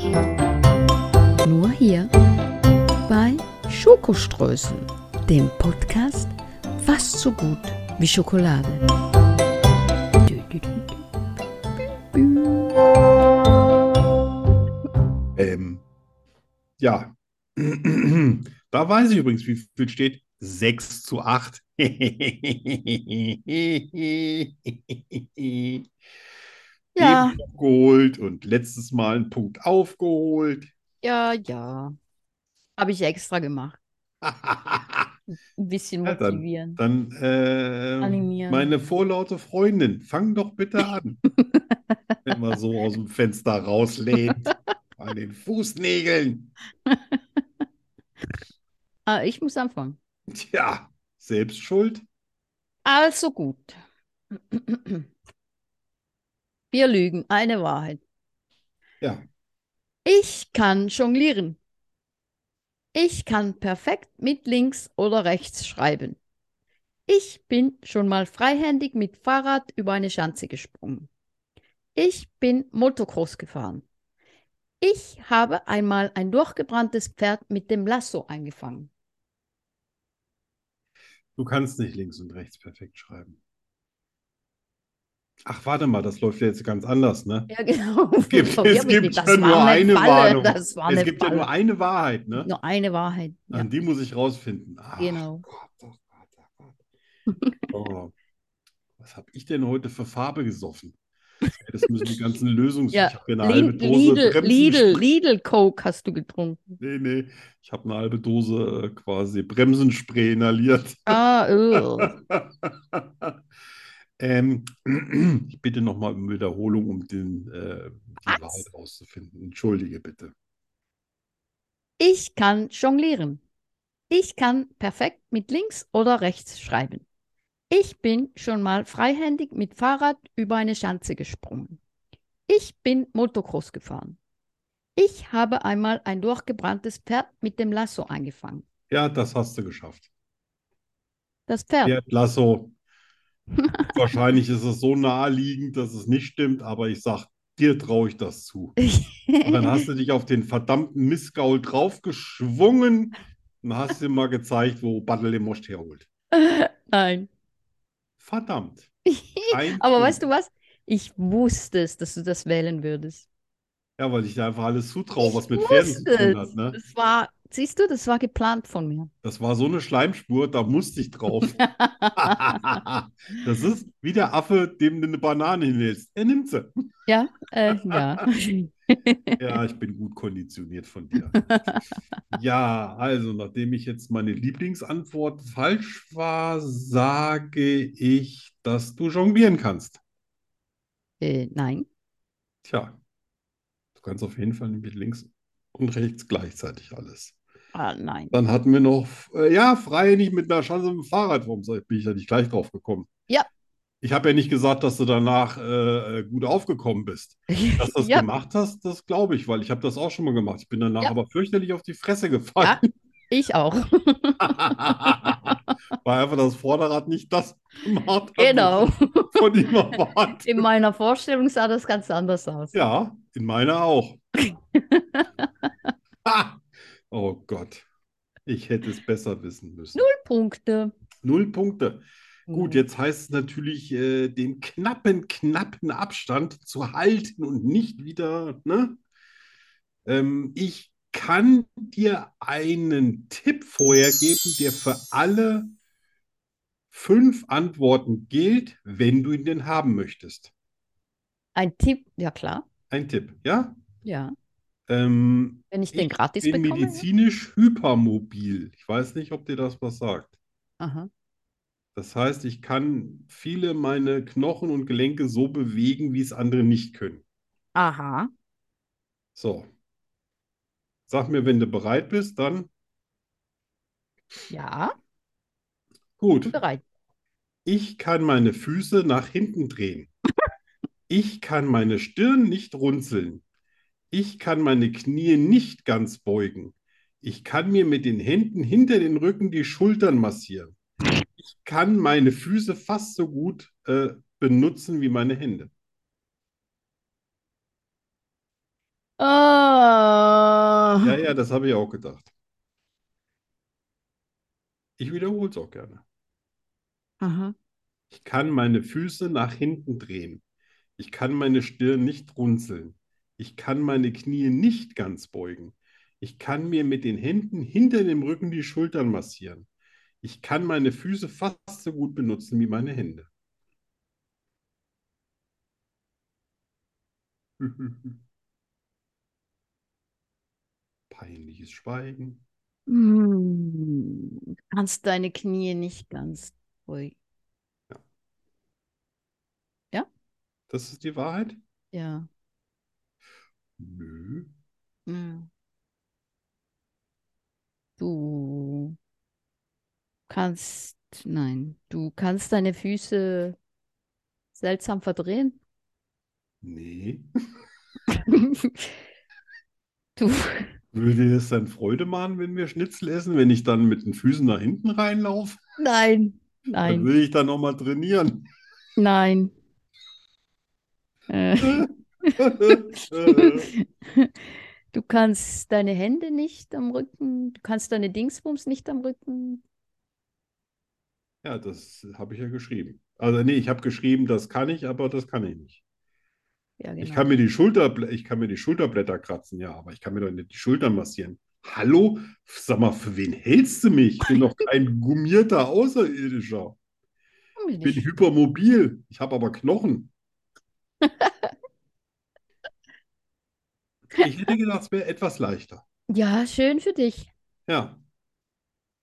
[SPEAKER 3] Nur hier bei Schokoströßen, dem Podcast fast so gut wie Schokolade. Dü, dü, dü.
[SPEAKER 1] Ähm, ja. (clears throat) Da weiß ich übrigens, wie viel steht. 6 zu 8.
[SPEAKER 2] Ja,
[SPEAKER 1] eben abgeholt und letztes Mal einen Punkt aufgeholt.
[SPEAKER 2] ja, ja. Habe ich extra gemacht. Ein bisschen
[SPEAKER 1] Ja, dann-
[SPEAKER 2] motivieren.
[SPEAKER 1] (laughs) Dann äh,
[SPEAKER 2] Animieren.
[SPEAKER 1] meine vorlaute Freundin, fang doch bitte an. Wenn man so aus dem Fenster rauslehnt, an den Fußnägeln.
[SPEAKER 2] Ah, ich muss anfangen.
[SPEAKER 1] Tja, selbst schuld.
[SPEAKER 2] Also gut. Wir lügen, eine Wahrheit.
[SPEAKER 1] Ja.
[SPEAKER 2] Ich kann jonglieren. Ich kann perfekt mit links oder rechts schreiben. Ich bin schon mal freihändig mit Fahrrad über eine Schanze gesprungen. Ich bin Motocross gefahren. Ich habe einmal ein durchgebranntes Pferd mit dem Lasso eingefangen.
[SPEAKER 1] Du kannst nicht links und rechts perfekt schreiben. Ach, warte mal, das läuft ja jetzt ganz anders, ne?
[SPEAKER 2] Ja, (laughs) genau.
[SPEAKER 1] gibt-
[SPEAKER 2] Verwirr
[SPEAKER 1] es
[SPEAKER 2] mich
[SPEAKER 1] gibt
[SPEAKER 2] nicht.
[SPEAKER 1] ja
[SPEAKER 2] Das war
[SPEAKER 1] nur
[SPEAKER 2] eine
[SPEAKER 1] eine
[SPEAKER 2] Falle.
[SPEAKER 1] Warnung.
[SPEAKER 2] Das war
[SPEAKER 1] Es
[SPEAKER 2] eine
[SPEAKER 1] gibt ja
[SPEAKER 2] Falle.
[SPEAKER 1] nur eine Wahrheit, ne?
[SPEAKER 2] Nur eine Wahrheit. Ja.
[SPEAKER 1] An die muss ich rausfinden. Ach,
[SPEAKER 2] Genau.
[SPEAKER 1] Gott, oh Gott, oh
[SPEAKER 2] (laughs)
[SPEAKER 1] Gott. Oh, was habe ich denn heute für Farbe gesoffen? Ja, Das müssen die ganzen Lösungs.
[SPEAKER 2] Ja,
[SPEAKER 1] Ich habe hier eine halbe
[SPEAKER 2] Lidl,
[SPEAKER 1] Dose
[SPEAKER 2] Lidl, Lidl,
[SPEAKER 1] Bremsensprit.
[SPEAKER 2] Lidl Coke hast du getrunken.
[SPEAKER 1] Nee, nee. Ich habe eine halbe Dose äh, quasi Bremsenspray inhaliert. (laughs)
[SPEAKER 2] Ah, ugh.
[SPEAKER 1] Ähm, (clears throat) ich bitte nochmal um Wiederholung, um den, äh, die
[SPEAKER 2] Was?
[SPEAKER 1] Wahrheit rauszufinden. Entschuldige bitte.
[SPEAKER 2] Ich kann jonglieren. Ich kann perfekt mit links oder rechts schreiben. Ich bin schon mal freihändig mit Fahrrad über eine Schanze gesprungen. Ich bin Motocross gefahren. Ich habe einmal ein durchgebranntes Pferd mit dem Lasso eingefangen.
[SPEAKER 1] Ja, das hast du geschafft.
[SPEAKER 2] Das Pferd.
[SPEAKER 1] Pferd
[SPEAKER 2] (laughs)
[SPEAKER 1] Lasso. Wahrscheinlich ist es so naheliegend, dass es nicht stimmt, aber ich sag, dir traue ich das
[SPEAKER 2] (laughs)
[SPEAKER 1] zu. Und dann hast du dich auf den verdammten Missgaul draufgeschwungen und hast dir mal gezeigt, wo Battle den Most herholt.
[SPEAKER 2] Nein. (laughs)
[SPEAKER 1] Verdammt. Ein
[SPEAKER 2] Aber
[SPEAKER 1] Punkt.
[SPEAKER 2] weißt du was? Ich wusste es, dass du das wählen würdest.
[SPEAKER 1] Ja, weil ich dir einfach alles zutraue, was
[SPEAKER 2] Ich
[SPEAKER 1] mit Pferden zu
[SPEAKER 2] wusste
[SPEAKER 1] tun
[SPEAKER 2] es.
[SPEAKER 1] hat. Ne?
[SPEAKER 2] Das war, siehst du, das war geplant von mir.
[SPEAKER 1] Das war so eine Schleimspur, da musste ich drauf. (laughs) das ist wie der Affe, dem du eine Banane hinhältst. Er nimmt sie.
[SPEAKER 2] Ja, äh, ja. (laughs)
[SPEAKER 1] Ja, ich bin gut konditioniert von dir. Ja, also, nachdem ich jetzt meine Lieblingsantwort falsch war, sage ich, dass du jonglieren kannst.
[SPEAKER 2] äh, nein.
[SPEAKER 1] Tja, du kannst auf jeden Fall mit links und rechts gleichzeitig alles.
[SPEAKER 2] Ah, nein.
[SPEAKER 1] Dann hatten wir noch, äh, ja, frei nicht mit einer Schanze mit dem Fahrrad. Warum soll- bin ich da nicht gleich drauf gekommen?
[SPEAKER 2] Ja.
[SPEAKER 1] Ich habe ja nicht gesagt, dass du danach äh, äh, gut aufgekommen bist.
[SPEAKER 2] (laughs)
[SPEAKER 1] Dass du das
[SPEAKER 2] Ja.
[SPEAKER 1] gemacht hast, das glaube ich, weil ich habe das auch schon mal gemacht. Ich bin danach
[SPEAKER 2] Ja.
[SPEAKER 1] aber fürchterlich auf die Fresse
[SPEAKER 2] Ja,
[SPEAKER 1] gefallen.
[SPEAKER 2] ich auch.
[SPEAKER 1] (laughs) Weil einfach das Vorderrad nicht das gemacht hat,
[SPEAKER 2] Genau.
[SPEAKER 1] was ich von ihm erwartet.
[SPEAKER 2] In meiner Vorstellung sah das ganz anders aus.
[SPEAKER 1] Ja, in meiner
[SPEAKER 2] (laughs)
[SPEAKER 1] auch. (laughs) Ha! Oh Gott, ich hätte es besser wissen müssen.
[SPEAKER 2] Punkte. Hm.
[SPEAKER 1] Null Punkte. Gut, jetzt heißt es natürlich, äh, den knappen, knappen Abstand zu halten und nicht wieder, ne? Ähm, ich kann dir einen Tipp vorher geben, der für alle fünf Antworten gilt, wenn du ihn denn haben möchtest.
[SPEAKER 2] Ein Tipp, ja klar.
[SPEAKER 1] Ein Tipp, ja?
[SPEAKER 2] Ja,
[SPEAKER 1] Ähm,
[SPEAKER 2] wenn ich den
[SPEAKER 1] Ich
[SPEAKER 2] gratis
[SPEAKER 1] bin
[SPEAKER 2] bekomme. ja.
[SPEAKER 1] medizinisch hypermobil. Ich weiß nicht, ob dir das was sagt.
[SPEAKER 2] Aha.
[SPEAKER 1] Das heißt, ich kann viele meine Knochen und Gelenke so bewegen, wie es andere nicht können.
[SPEAKER 2] Aha.
[SPEAKER 1] So. Sag mir, wenn du bereit bist, dann
[SPEAKER 2] Ja,
[SPEAKER 1] gut.
[SPEAKER 2] bereit.
[SPEAKER 1] Ich kann meine Füße nach hinten drehen. Ich kann meine Stirn nicht runzeln. Ich kann meine Knie nicht ganz beugen. Ich kann mir mit den Händen hinter den Rücken die Schultern massieren. Ich kann meine Füße fast so gut äh, benutzen wie meine Hände.
[SPEAKER 2] Ah.
[SPEAKER 1] Ja, ja, das habe ich auch gedacht. Ich wiederhole es auch gerne.
[SPEAKER 2] Aha.
[SPEAKER 1] Ich kann meine Füße nach hinten drehen. Ich kann meine Stirn nicht runzeln. Ich kann meine Knie nicht ganz beugen. Ich kann mir mit den Händen hinter dem Rücken die Schultern massieren. Ich kann meine Füße fast so gut benutzen wie meine Hände. (laughs) Peinliches Schweigen.
[SPEAKER 2] Hm, du kannst deine Knie nicht ganz ruhig.
[SPEAKER 1] Das ist die Wahrheit?
[SPEAKER 2] Ja.
[SPEAKER 1] Nö.
[SPEAKER 2] Hm. Du kannst, nein, du kannst deine Füße seltsam verdrehen. (laughs)
[SPEAKER 1] Nee.
[SPEAKER 2] Du,
[SPEAKER 1] Würde dir das dann Freude machen, wenn wir Schnitzel essen, wenn ich dann mit den Füßen nach hinten reinlaufe?
[SPEAKER 2] nein,
[SPEAKER 1] Dann
[SPEAKER 2] nein,
[SPEAKER 1] will ich dann
[SPEAKER 2] (laughs)
[SPEAKER 1] nochmal trainieren.
[SPEAKER 2] nein. Äh, Du kannst deine Hände nicht am Rücken, du kannst deine Dingsbums nicht am Rücken.
[SPEAKER 1] Ja, das habe ich ja geschrieben. Also nee, ich habe geschrieben, das kann ich, aber das kann ich nicht.
[SPEAKER 2] Ja,
[SPEAKER 1] Ich
[SPEAKER 2] genau.
[SPEAKER 1] kann mir die Schulterblä ich kann mir die Schulterblätter kratzen, ja, aber ich kann mir doch nicht die Schultern massieren. Hallo? Sag mal, für wen hältst du mich? Ich bin doch kein gummierter Außerirdischer. Ich bin hypermobil. Ich habe
[SPEAKER 2] (laughs)
[SPEAKER 1] aber Knochen. Ich hätte gedacht, es wäre etwas leichter.
[SPEAKER 2] Ja, schön für dich.
[SPEAKER 1] Ja.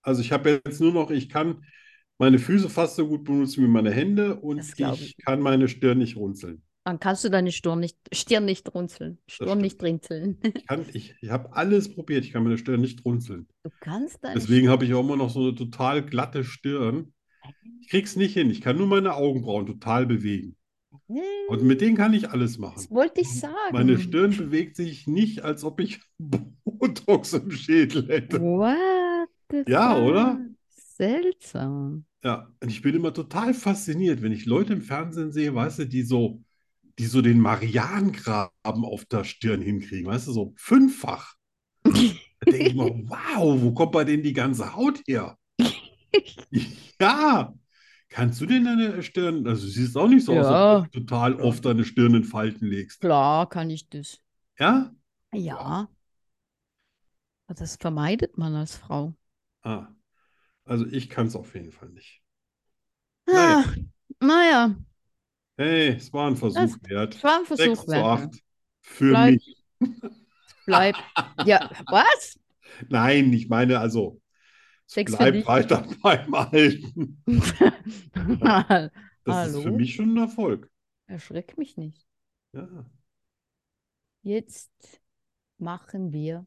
[SPEAKER 1] Also ich habe jetzt nur noch, ich kann meine Füße fast so gut benutzen wie meine Hände und
[SPEAKER 2] Das glaub ich.
[SPEAKER 1] ich kann meine Stirn nicht runzeln.
[SPEAKER 2] Dann kannst du deine Stirn nicht, Stirn nicht runzeln. Stirn
[SPEAKER 1] stimmt.
[SPEAKER 2] nicht rinzeln.
[SPEAKER 1] Ich, kann- ich, ich habe alles probiert. Ich kann meine Stirn nicht runzeln.
[SPEAKER 2] Du kannst deine
[SPEAKER 1] Deswegen habe ich auch immer noch so eine total glatte Stirn. Ich krieg's nicht hin. Ich kann nur meine Augenbrauen total bewegen.
[SPEAKER 2] Stirn.
[SPEAKER 1] Und mit denen kann ich alles machen.
[SPEAKER 2] Das wollte ich sagen.
[SPEAKER 1] Meine Stirn bewegt sich nicht, als ob ich (laughs) Botox im Schädel hätte.
[SPEAKER 2] What the
[SPEAKER 1] Ja, oder?
[SPEAKER 2] fuck? Seltsam.
[SPEAKER 1] Ja, und ich bin immer total fasziniert, wenn ich Leute im Fernsehen sehe, weißt du, die so, die so den Marianengraben auf der Stirn hinkriegen, weißt du, so fünffach. Da denke ich mal, wow, wo kommt bei denen die ganze Haut her? Ja, kannst du denn deine Stirn, also du siehst auch nicht so aus,
[SPEAKER 2] Ja.
[SPEAKER 1] als ob du total oft deine Stirn in Falten legst.
[SPEAKER 2] Klar kann ich das.
[SPEAKER 1] Ja?
[SPEAKER 2] Ja. Aber Das vermeidet man als Frau.
[SPEAKER 1] Ah, also ich kann es auf jeden Fall nicht. Naja.
[SPEAKER 2] Ah, naja,
[SPEAKER 1] Hey, es war ein Versuch
[SPEAKER 2] Das-
[SPEAKER 1] wert.
[SPEAKER 2] es war ein
[SPEAKER 1] 6
[SPEAKER 2] Versuch
[SPEAKER 1] zu
[SPEAKER 2] wert.
[SPEAKER 1] 8 für
[SPEAKER 2] Bleib-
[SPEAKER 1] mich. (laughs)
[SPEAKER 2] Bleib. Ja, was? (laughs)
[SPEAKER 1] Nein, ich meine also, es
[SPEAKER 2] Sechs für
[SPEAKER 1] bleibt
[SPEAKER 2] dich.
[SPEAKER 1] weiter (laughs) beim Alten. Das ist für
[SPEAKER 2] Hallo?
[SPEAKER 1] mich schon ein Erfolg.
[SPEAKER 2] Erschreck mich nicht.
[SPEAKER 1] Ja.
[SPEAKER 2] Jetzt machen wir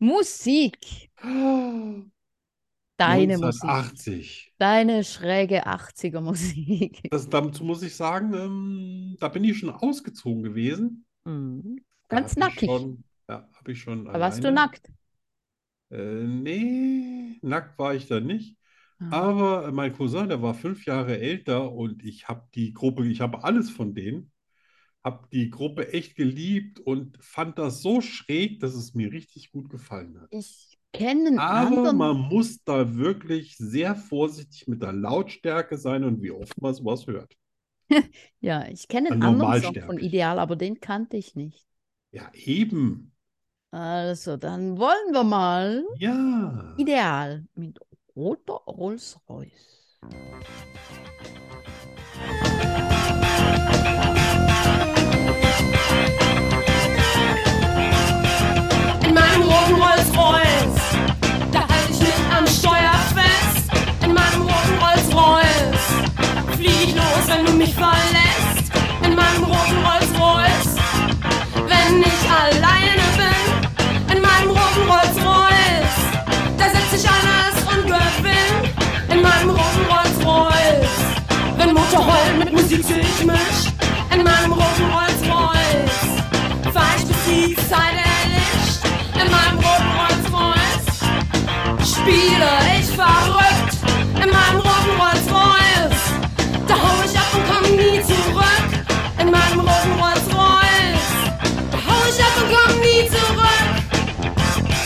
[SPEAKER 2] Musik. Deine Musik.
[SPEAKER 1] 1980.
[SPEAKER 2] Deine schräge 80er
[SPEAKER 1] (laughs)
[SPEAKER 2] Musik.
[SPEAKER 1] Das, dazu muss ich sagen, ähm, da bin ich schon ausgezogen gewesen.
[SPEAKER 2] Mhm.
[SPEAKER 1] Da
[SPEAKER 2] Ganz
[SPEAKER 1] hab Hm. ich
[SPEAKER 2] nackig.
[SPEAKER 1] schon- ja, habe ich schon
[SPEAKER 2] Da warst du
[SPEAKER 1] alleine.
[SPEAKER 2] nackt.
[SPEAKER 1] Äh, nee, nackt war ich da nicht.
[SPEAKER 2] Ah.
[SPEAKER 1] Aber äh, mein Cousin, der war fünf Jahre älter und ich habe die Gruppe, ich habe alles von denen, habe die Gruppe echt geliebt und fand das so schräg, dass es mir richtig gut gefallen hat.
[SPEAKER 2] Ich kenne einen
[SPEAKER 1] Aber
[SPEAKER 2] anderen.
[SPEAKER 1] man muss da wirklich sehr vorsichtig mit der Lautstärke sein und wie oft man sowas hört.
[SPEAKER 2] Ja, ich kenne einen
[SPEAKER 1] Ein
[SPEAKER 2] anderen Song von
[SPEAKER 1] normalsterblich.
[SPEAKER 2] Ideal, aber den kannte ich nicht.
[SPEAKER 1] Ja, eben.
[SPEAKER 2] Also, dann wollen wir mal
[SPEAKER 1] Ja.
[SPEAKER 2] Ideal mit roter Rolls-Royce.
[SPEAKER 4] In meinem roten Rolls-Royce, da halte ich mich am Steuer fest. In meinem roten Rolls-Royce, flieg ich los, wenn du mich verlässt. In meinem roten Rolls-Royce, wenn ich alleine bin. In meinem roten Rolls-Royce, da setz ich alles und gewinn. In meinem roten Rolls-Royce, wenn Motorroll mit Musik sich mischt. In meinem roten Rolls-Royce fahr ich bis die Zeit erlischt. In meinem roten Rolls-Royce spiele ich verrückt. In meinem roten Rolls-Royce, da hau ich ab und komm nie zurück. In meinem roten Rolls-Royce, da hau ich ab und komm nie zurück.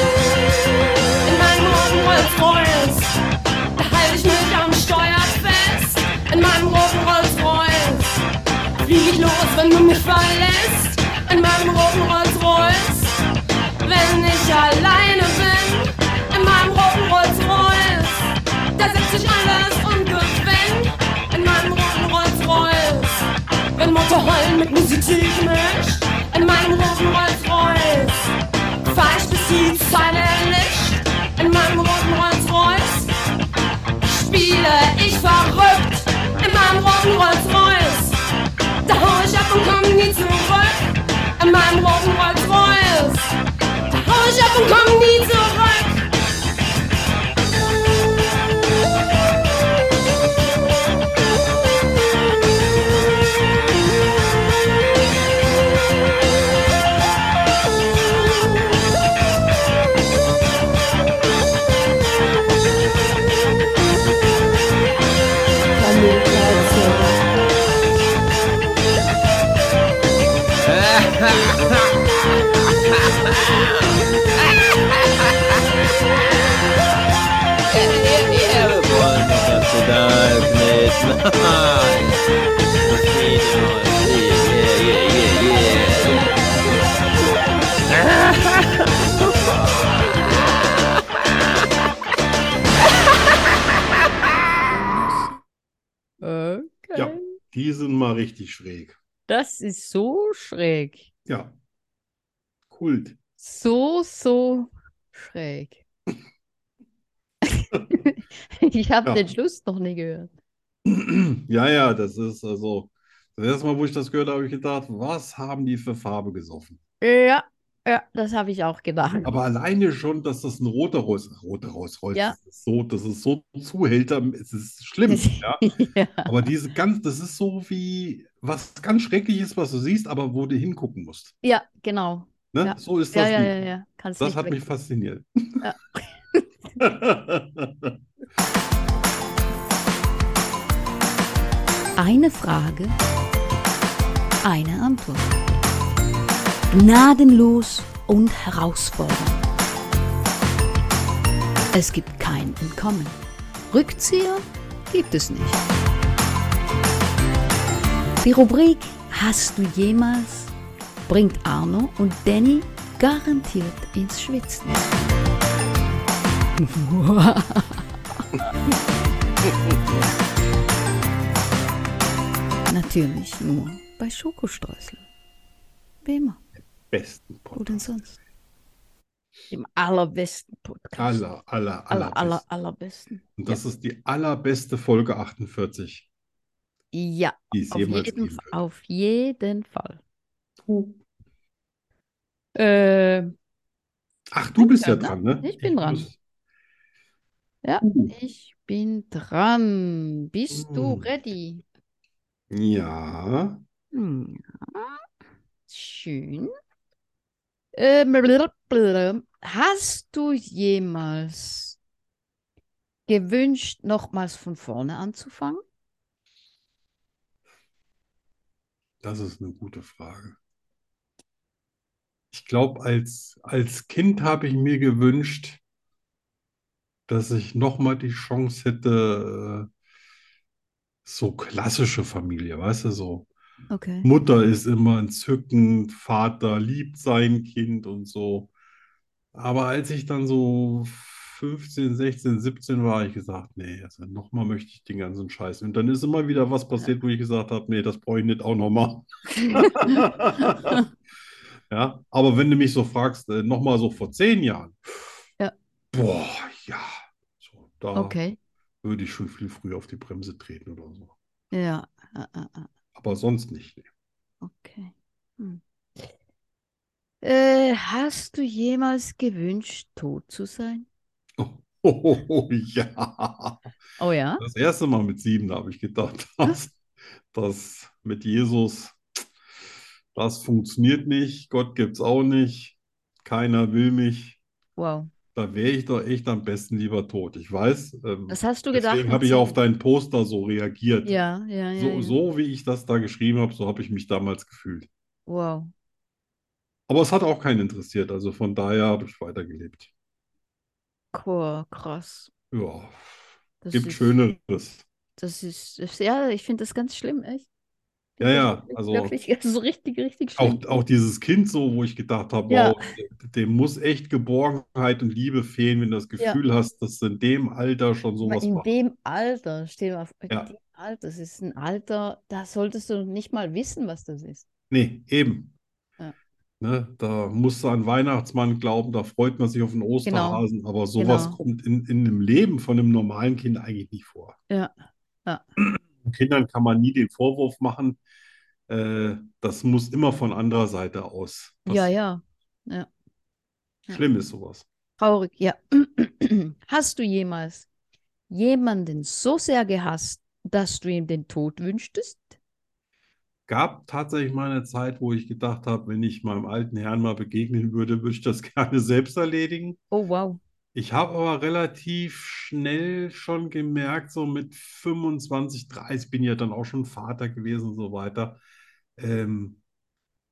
[SPEAKER 4] In meinem roten Rolls-Royce, da halte ich mich am Steuer fest. In meinem roten Rolls-Royce, flieg ich los, wenn du mich verlässt. In meinem roten Rolls-Royce, wenn ich alleine bin. In meinem roten Rolls-Royce, da setz ich alles und gewinn. In meinem roten Rolls-Royce, wenn Motorrollen mit Musik sich mischt. In meinem roten Rolls-Royce fahr ich bis die Zeit erlischt. In meinem roten Rolls-Royce spiele ich verrückt. In meinem roten Rolls-Royce, da hau ich ab und komm nie zurück. In meinem roten Rolls-Royce, da hau ich ab und komm nie zurück.
[SPEAKER 2] Okay.
[SPEAKER 1] Ja. Die sind mal richtig schräg.
[SPEAKER 2] Das ist so schräg.
[SPEAKER 1] Ja. Kult.
[SPEAKER 2] So, so schräg. (laughs) ich habe
[SPEAKER 1] Ja.
[SPEAKER 2] den Schluss noch nie gehört.
[SPEAKER 1] Ja, ja, das ist also. Das erste Mal, wo ich das gehört habe, habe ich gedacht, was haben die für Farbe gesoffen?
[SPEAKER 2] Ja, ja, das habe ich auch gedacht.
[SPEAKER 1] Aber alleine schon, dass das ein roter Rolls, roter Rolls Royce,
[SPEAKER 2] Ja.
[SPEAKER 1] das ist so, das ist so zuhälter, es ist schlimm, ja.
[SPEAKER 2] (laughs) ja.
[SPEAKER 1] Aber diese ganz, das ist so wie was ganz Schreckliches, was du siehst, aber wo du hingucken musst.
[SPEAKER 2] ja, genau.
[SPEAKER 1] Ne?
[SPEAKER 2] Ja.
[SPEAKER 1] So ist
[SPEAKER 2] Ja,
[SPEAKER 1] das
[SPEAKER 2] ja, ja,
[SPEAKER 1] Lied.
[SPEAKER 2] ja. Kannst
[SPEAKER 1] Das
[SPEAKER 2] nicht
[SPEAKER 1] hat
[SPEAKER 2] weg.
[SPEAKER 1] mich fasziniert.
[SPEAKER 2] Ja. (laughs)
[SPEAKER 3] Eine Frage, eine Antwort. Gnadenlos und herausfordernd. Es gibt kein Entkommen. Rückzieher gibt es nicht. Die Rubrik Hast du jemals bringt Arno und Danny garantiert ins Schwitzen. Natürlich nur bei Schokostreuseln. Wie immer.
[SPEAKER 1] (laughs) Besten
[SPEAKER 3] Wo
[SPEAKER 1] Podcast.
[SPEAKER 3] denn sonst?
[SPEAKER 2] Im allerbesten Podcast.
[SPEAKER 1] Aller, aller,
[SPEAKER 2] aller, aller,
[SPEAKER 1] allerbesten.
[SPEAKER 2] allerbesten.
[SPEAKER 1] Und das ist die allerbeste Folge 48,
[SPEAKER 2] Ja,
[SPEAKER 1] die es
[SPEAKER 2] auf
[SPEAKER 1] jemals
[SPEAKER 2] jeden,
[SPEAKER 1] geben wird.
[SPEAKER 2] auf jeden Fall. Äh,
[SPEAKER 1] Ach, du bist ja
[SPEAKER 2] Ja,
[SPEAKER 1] dran, ne?
[SPEAKER 2] ich bin dran.
[SPEAKER 1] muss-
[SPEAKER 2] Ja.
[SPEAKER 1] Uh,
[SPEAKER 2] ich bin dran. Bist du
[SPEAKER 1] Mm.
[SPEAKER 2] ready?
[SPEAKER 1] ja.
[SPEAKER 2] Hm, Ja, schön. Äh, blablabla. Hast du jemals gewünscht, nochmals von vorne anzufangen?
[SPEAKER 1] Das ist eine gute Frage. Ich glaube, als, als Kind habe ich mir gewünscht, dass ich nochmal die Chance hätte, äh, so klassische Familie, weißt du, so.
[SPEAKER 3] Okay.
[SPEAKER 1] Mutter ist immer entzückend, Vater liebt sein Kind und so. Aber als ich dann so 15, 16, 17 war, habe ich gesagt, nee, also nochmal möchte ich den ganzen Scheiß. Und dann ist immer wieder was passiert, wo ich gesagt habe, nee, das brauche ich nicht auch
[SPEAKER 2] (laughs)
[SPEAKER 1] nochmal. (laughs) Ja, aber wenn du mich so fragst, nochmal so vor zehn Jahren,
[SPEAKER 2] Ja.
[SPEAKER 1] boah, ja, so, da
[SPEAKER 2] Okay,
[SPEAKER 1] würde ich schon viel früher auf die Bremse treten oder so.
[SPEAKER 2] ja. Ah, ah, ah.
[SPEAKER 1] Aber sonst nicht. ne. Nee.
[SPEAKER 2] Okay. Hm. Äh, hast du jemals gewünscht, tot zu sein?
[SPEAKER 1] Oh, (laughs) oh, oh, oh, ja.
[SPEAKER 2] Oh ja?
[SPEAKER 1] Das erste Mal mit sieben, da habe ich gedacht, (laughs) das, das mit Jesus, das funktioniert nicht, Gott gibt es auch nicht, keiner will mich,
[SPEAKER 2] Wow.
[SPEAKER 1] da wäre ich doch echt am besten lieber tot. Ich weiß, ähm,
[SPEAKER 2] Das hast du gedacht
[SPEAKER 1] deswegen
[SPEAKER 2] mit
[SPEAKER 1] habe ich auf
[SPEAKER 2] sieben?
[SPEAKER 1] dein Poster so reagiert.
[SPEAKER 2] Ja, ja, ja,
[SPEAKER 1] So,
[SPEAKER 2] ja.
[SPEAKER 1] so wie ich das da geschrieben habe, so habe ich mich damals gefühlt.
[SPEAKER 2] Wow.
[SPEAKER 1] Aber es hat auch keinen interessiert, also von daher habe ich weitergelebt.
[SPEAKER 2] Cool, krass.
[SPEAKER 1] Ja,
[SPEAKER 2] Das
[SPEAKER 1] gibt
[SPEAKER 2] ist,
[SPEAKER 1] Schöneres.
[SPEAKER 2] das ist, das- ja, ich finde das ganz schlimm, echt. Ich
[SPEAKER 1] Ja,
[SPEAKER 2] find
[SPEAKER 1] ja,
[SPEAKER 2] das
[SPEAKER 1] also-
[SPEAKER 2] Wirklich, (laughs) so richtig, richtig schlimm.
[SPEAKER 1] Auch, auch dieses Kind so, wo ich gedacht habe,
[SPEAKER 2] Ja.
[SPEAKER 1] wow, dem muss echt Geborgenheit und Liebe fehlen, wenn du das
[SPEAKER 2] Ja.
[SPEAKER 1] Gefühl hast, dass du in dem Alter schon
[SPEAKER 2] Guck mal,
[SPEAKER 1] sowas
[SPEAKER 2] in
[SPEAKER 1] machst.
[SPEAKER 2] dem Alter, stell dir mal, vor, in
[SPEAKER 1] Ja.
[SPEAKER 2] dem Alter, das ist ein Alter, da solltest du nicht mal wissen, was das ist.
[SPEAKER 1] Nee, eben.
[SPEAKER 2] Ja.
[SPEAKER 1] Ne, da musst du an Weihnachtsmann glauben, da freut man sich auf den Osterhasen, aber sowas
[SPEAKER 2] Genau.
[SPEAKER 1] kommt in, in dem Leben von einem normalen Kind eigentlich nicht vor.
[SPEAKER 2] Ja. Ja.
[SPEAKER 1] Kindern kann man nie den Vorwurf machen, äh, das muss immer von anderer Seite aus
[SPEAKER 2] Ja,
[SPEAKER 1] passieren.
[SPEAKER 2] ja. ja.
[SPEAKER 1] Schlimm ist sowas.
[SPEAKER 2] Traurig, ja. (clears throat) Hast du jemals jemanden so sehr gehasst, dass du ihm den Tod wünschtest?
[SPEAKER 1] gab tatsächlich mal eine Zeit, wo ich gedacht habe, wenn ich meinem alten Herrn mal begegnen würde, würde ich das (laughs) gerne selbst erledigen.
[SPEAKER 2] Oh, wow.
[SPEAKER 1] Ich habe aber relativ schnell schon gemerkt, so mit 25, 30 bin ja dann auch schon Vater gewesen und so weiter, ähm,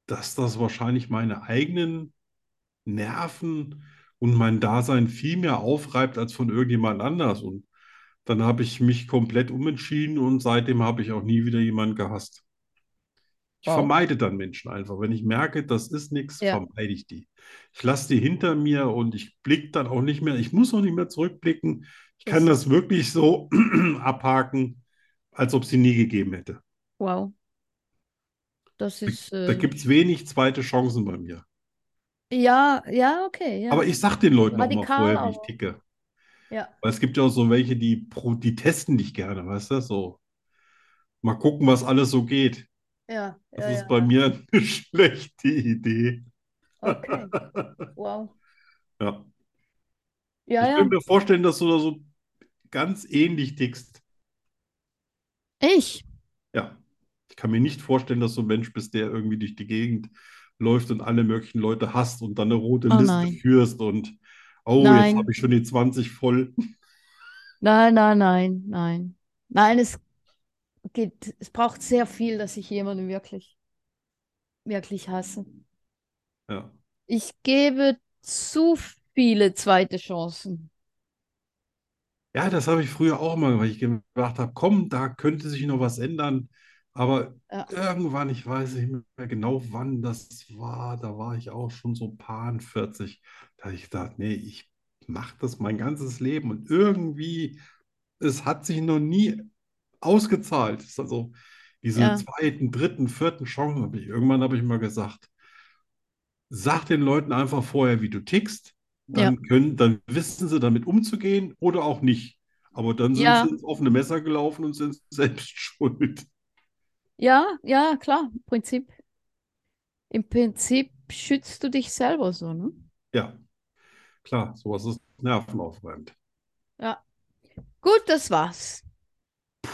[SPEAKER 1] dass das wahrscheinlich meine eigenen Nerven und mein Dasein viel mehr aufreibt als von irgendjemand anders. Und Dann habe ich mich komplett umentschieden und seitdem habe ich auch nie wieder jemanden gehasst. Ich
[SPEAKER 2] Wow.
[SPEAKER 1] vermeide dann Menschen einfach. Wenn ich merke, das ist nichts,
[SPEAKER 2] Ja.
[SPEAKER 1] vermeide ich die. Ich lasse die hinter mir und ich blicke dann auch nicht mehr. Ich muss auch nicht mehr zurückblicken. Ich kann das wirklich so (clears throat) abhaken, als ob sie nie gegeben hätte.
[SPEAKER 2] Wow. Das ist.
[SPEAKER 1] Da
[SPEAKER 2] Äh,
[SPEAKER 1] gibt es wenig zweite Chancen bei mir.
[SPEAKER 2] ja, ja, okay. Ja.
[SPEAKER 1] Aber ich sag den Leuten auch mal
[SPEAKER 2] Radikal,
[SPEAKER 1] vorher, wie ich
[SPEAKER 2] aber-
[SPEAKER 1] ticke.
[SPEAKER 2] Ja.
[SPEAKER 1] Weil es gibt ja auch so welche, die, pro- die testen dich gerne, weißt du? So. Mal gucken, was alles so geht.
[SPEAKER 2] ja,
[SPEAKER 1] Das
[SPEAKER 2] ja,
[SPEAKER 1] ist
[SPEAKER 2] ja.
[SPEAKER 1] bei mir (laughs) eine schlechte Idee.
[SPEAKER 2] Okay.
[SPEAKER 1] (laughs)
[SPEAKER 2] Wow.
[SPEAKER 1] Ja.
[SPEAKER 2] Ja,
[SPEAKER 1] ich
[SPEAKER 2] ja.
[SPEAKER 1] könnte mir vorstellen, dass du da so ganz ähnlich tickst.
[SPEAKER 2] Ich.
[SPEAKER 1] Ja. Ich kann mir nicht vorstellen, dass du ein Mensch bist, der irgendwie durch die Gegend läuft und alle möglichen Leute hasst und dann eine rote
[SPEAKER 2] Oh
[SPEAKER 1] Liste
[SPEAKER 2] nein.
[SPEAKER 1] führst und oh, jetzt
[SPEAKER 2] Nein.
[SPEAKER 1] habe ich schon die 20 voll.
[SPEAKER 2] Nein, nein, nein, nein. Nein, es geht, es braucht sehr viel, dass ich jemanden wirklich, wirklich hasse.
[SPEAKER 1] Ja.
[SPEAKER 2] Ich gebe zu viele zweite Chancen.
[SPEAKER 1] Ja, das habe ich früher auch mal, weil ich gedacht habe, komm, da könnte sich noch was ändern. Aber
[SPEAKER 2] Ja.
[SPEAKER 1] irgendwann, ich weiß nicht mehr genau, wann das war, da war ich auch schon so paar 40. Da habe ich gedacht, nee, ich mache das mein ganzes Leben und irgendwie, es hat sich noch nie ausgezahlt. Das ist also diese
[SPEAKER 2] Ja.
[SPEAKER 1] zweiten, dritten, vierten Chancen habe ich. Irgendwann habe ich mal gesagt, sag den Leuten einfach vorher, wie du tickst
[SPEAKER 2] Ja.
[SPEAKER 1] dann können, dann wissen sie damit umzugehen oder auch nicht. Aber dann sind
[SPEAKER 2] Ja.
[SPEAKER 1] sie ins offene Messer gelaufen und sind (laughs) selbst schuld.
[SPEAKER 2] Ja, ja, klar, im Prinzip. Im Prinzip schützt du dich selber so, ne?
[SPEAKER 1] Ja, klar, sowas ist nervenaufreibend.
[SPEAKER 2] Gut, das war's.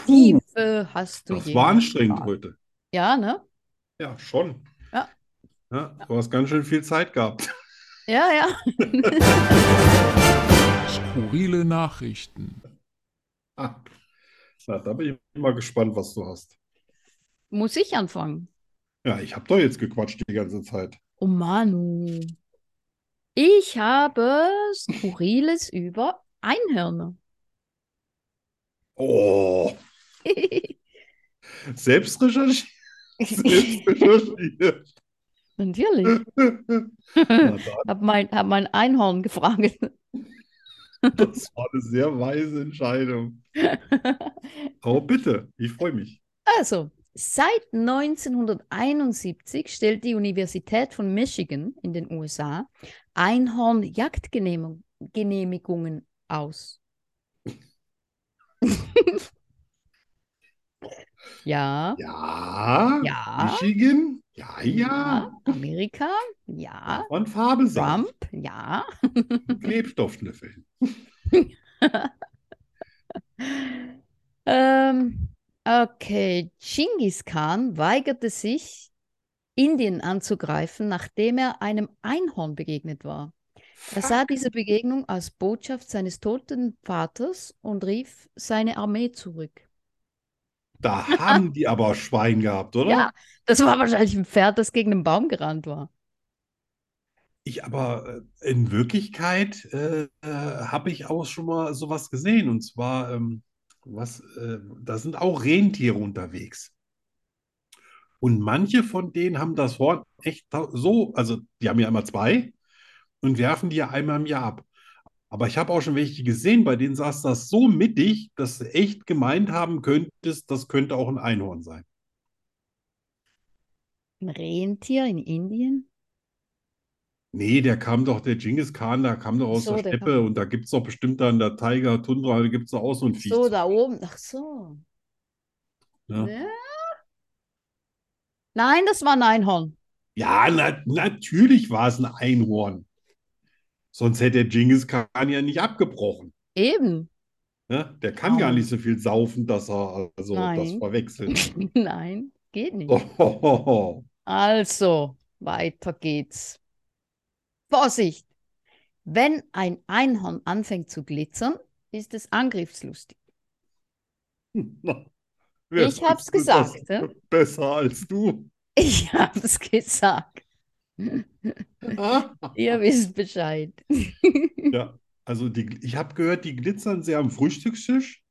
[SPEAKER 2] Tiefe hast du
[SPEAKER 1] Das
[SPEAKER 2] je.
[SPEAKER 1] war anstrengend
[SPEAKER 2] Ja.
[SPEAKER 1] heute.
[SPEAKER 2] Ja, ne?
[SPEAKER 1] Ja, schon.
[SPEAKER 2] Ja.
[SPEAKER 1] Ja, du hast ganz schön viel Zeit gehabt. (laughs)
[SPEAKER 2] Ja, ja.
[SPEAKER 5] Skurrile Nachrichten.
[SPEAKER 1] Ah. Na, da bin ich mal gespannt, was du hast.
[SPEAKER 2] Muss ich anfangen?
[SPEAKER 1] Ja, ich habe doch jetzt gequatscht die ganze Zeit.
[SPEAKER 2] Oh Manu. Ich habe Skurriles über (laughs) Einhörner.
[SPEAKER 1] Oh, selbst recherchiert.
[SPEAKER 2] (laughs)
[SPEAKER 1] Selbst recherchiert. (laughs)
[SPEAKER 2] Natürlich.
[SPEAKER 1] Na, da
[SPEAKER 2] Hab mein, hab mein Einhorn gefragt.
[SPEAKER 1] Das war eine sehr weise
[SPEAKER 2] (laughs)
[SPEAKER 1] Entscheidung. Aber bitte, ich freue mich.
[SPEAKER 2] Also, seit 1971 stellt die Universität von Michigan in den USA Einhornjagdgenehmigungen aus. ja,
[SPEAKER 1] Ja,
[SPEAKER 2] Ja.
[SPEAKER 1] Michigan, ja, ja.
[SPEAKER 2] ja, Amerika, ja,
[SPEAKER 1] Und Farbe sagen.
[SPEAKER 2] Trump, ja.
[SPEAKER 1] Klebstoffschnüffeln.
[SPEAKER 2] Ähm, okay, Genghis Khan weigerte sich, Indien anzugreifen, nachdem er einem Einhorn begegnet war. Er sah diese Begegnung als Botschaft seines toten Vaters und rief seine Armee zurück.
[SPEAKER 1] Da haben die aber Schwein gehabt, oder?
[SPEAKER 2] Ja, das war wahrscheinlich ein Pferd, das gegen einen Baum gerannt war.
[SPEAKER 1] Ich aber äh, in Wirklichkeit äh, äh, habe ich auch schon mal sowas gesehen. Und zwar, ähm, was, äh, da sind auch Rentiere unterwegs. Und manche von denen haben das Horn echt ta- so, also die haben ja immer zwei und werfen die ja einmal im Jahr ab. Aber ich habe auch schon welche gesehen, bei denen saß das so mittig, dass du echt gemeint haben könntest, das könnte auch ein Einhorn sein.
[SPEAKER 2] Ein Rentier in Indien?
[SPEAKER 1] Nee, der kam doch, der Genghis Khan, der kam doch aus
[SPEAKER 2] So,
[SPEAKER 1] der
[SPEAKER 2] der
[SPEAKER 1] Steppe und da gibt es doch bestimmt da in der Tiger, Tundra, da gibt es doch auch so ein Viech.
[SPEAKER 2] So, da oben. Ach so.
[SPEAKER 1] ne?
[SPEAKER 2] Ja. Nein, das war ein Einhorn.
[SPEAKER 1] Ja, na, natürlich war es ein Einhorn. Sonst hätte der Genghis Khan ja nicht abgebrochen.
[SPEAKER 2] Eben. (laughs)
[SPEAKER 1] Ne? Der kann gar
[SPEAKER 2] Genau.
[SPEAKER 1] nicht so viel saufen, dass er also das
[SPEAKER 2] Nein. (laughs)
[SPEAKER 1] verwechselt. (laughs)
[SPEAKER 2] Nein, geht nicht.
[SPEAKER 1] Oh, ho, ho, ho.
[SPEAKER 2] Also, weiter geht's. Vorsicht! Wenn ein Einhorn anfängt zu glitzern, ist es angriffslustig. (laughs)
[SPEAKER 1] Na, wer
[SPEAKER 2] Ich hab's
[SPEAKER 1] wusste das
[SPEAKER 2] gesagt, ne?
[SPEAKER 1] Besser als du.
[SPEAKER 2] Ich hab's gesagt.
[SPEAKER 1] Ah.
[SPEAKER 2] (laughs) Ihr wisst Bescheid.
[SPEAKER 1] Ja. Also die, ich habe gehört, die glitzern sehr
[SPEAKER 2] (laughs)
[SPEAKER 1] am Frühstückstisch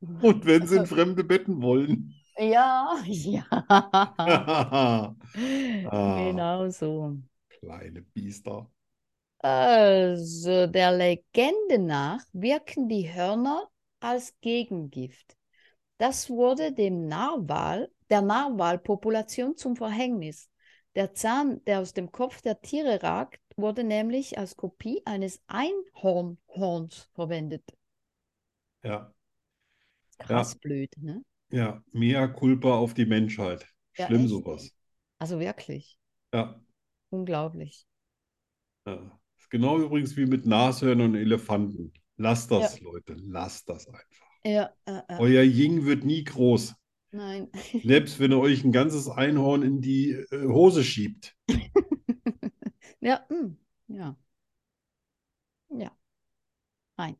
[SPEAKER 1] und wenn sie in fremde Betten wollen.
[SPEAKER 2] Ja, (laughs) ja.
[SPEAKER 1] ah,
[SPEAKER 2] Genau so. (laughs)
[SPEAKER 1] kleine Biester.
[SPEAKER 2] Also der Legende nach wirken die Hörner als Gegengift. Das wurde dem Narwal, der Narwalpopulation zum Verhängnis. Der Zahn, der aus dem Kopf der Tiere ragt, wurde nämlich als Kopie eines Einhornhorns verwendet.
[SPEAKER 1] Ja,
[SPEAKER 2] Krass blöd, ne?
[SPEAKER 1] ja, mea culpa auf die Menschheit.
[SPEAKER 2] Ja,
[SPEAKER 1] Schlimm
[SPEAKER 2] echt.
[SPEAKER 1] sowas.
[SPEAKER 2] Also wirklich,
[SPEAKER 1] Ja,
[SPEAKER 2] unglaublich.
[SPEAKER 1] ja. Ist genau übrigens wie mit Nashörnern und Elefanten. Lasst das, Leute, lasst das einfach.
[SPEAKER 2] Ja, äh, äh,
[SPEAKER 1] Euer Ying wird
[SPEAKER 2] (laughs)
[SPEAKER 1] nie groß,
[SPEAKER 2] nein.
[SPEAKER 1] selbst wenn ihr euch ein ganzes Einhorn in die äh, Hose schiebt.
[SPEAKER 2] Ja, mm, ja. Ja. Nein.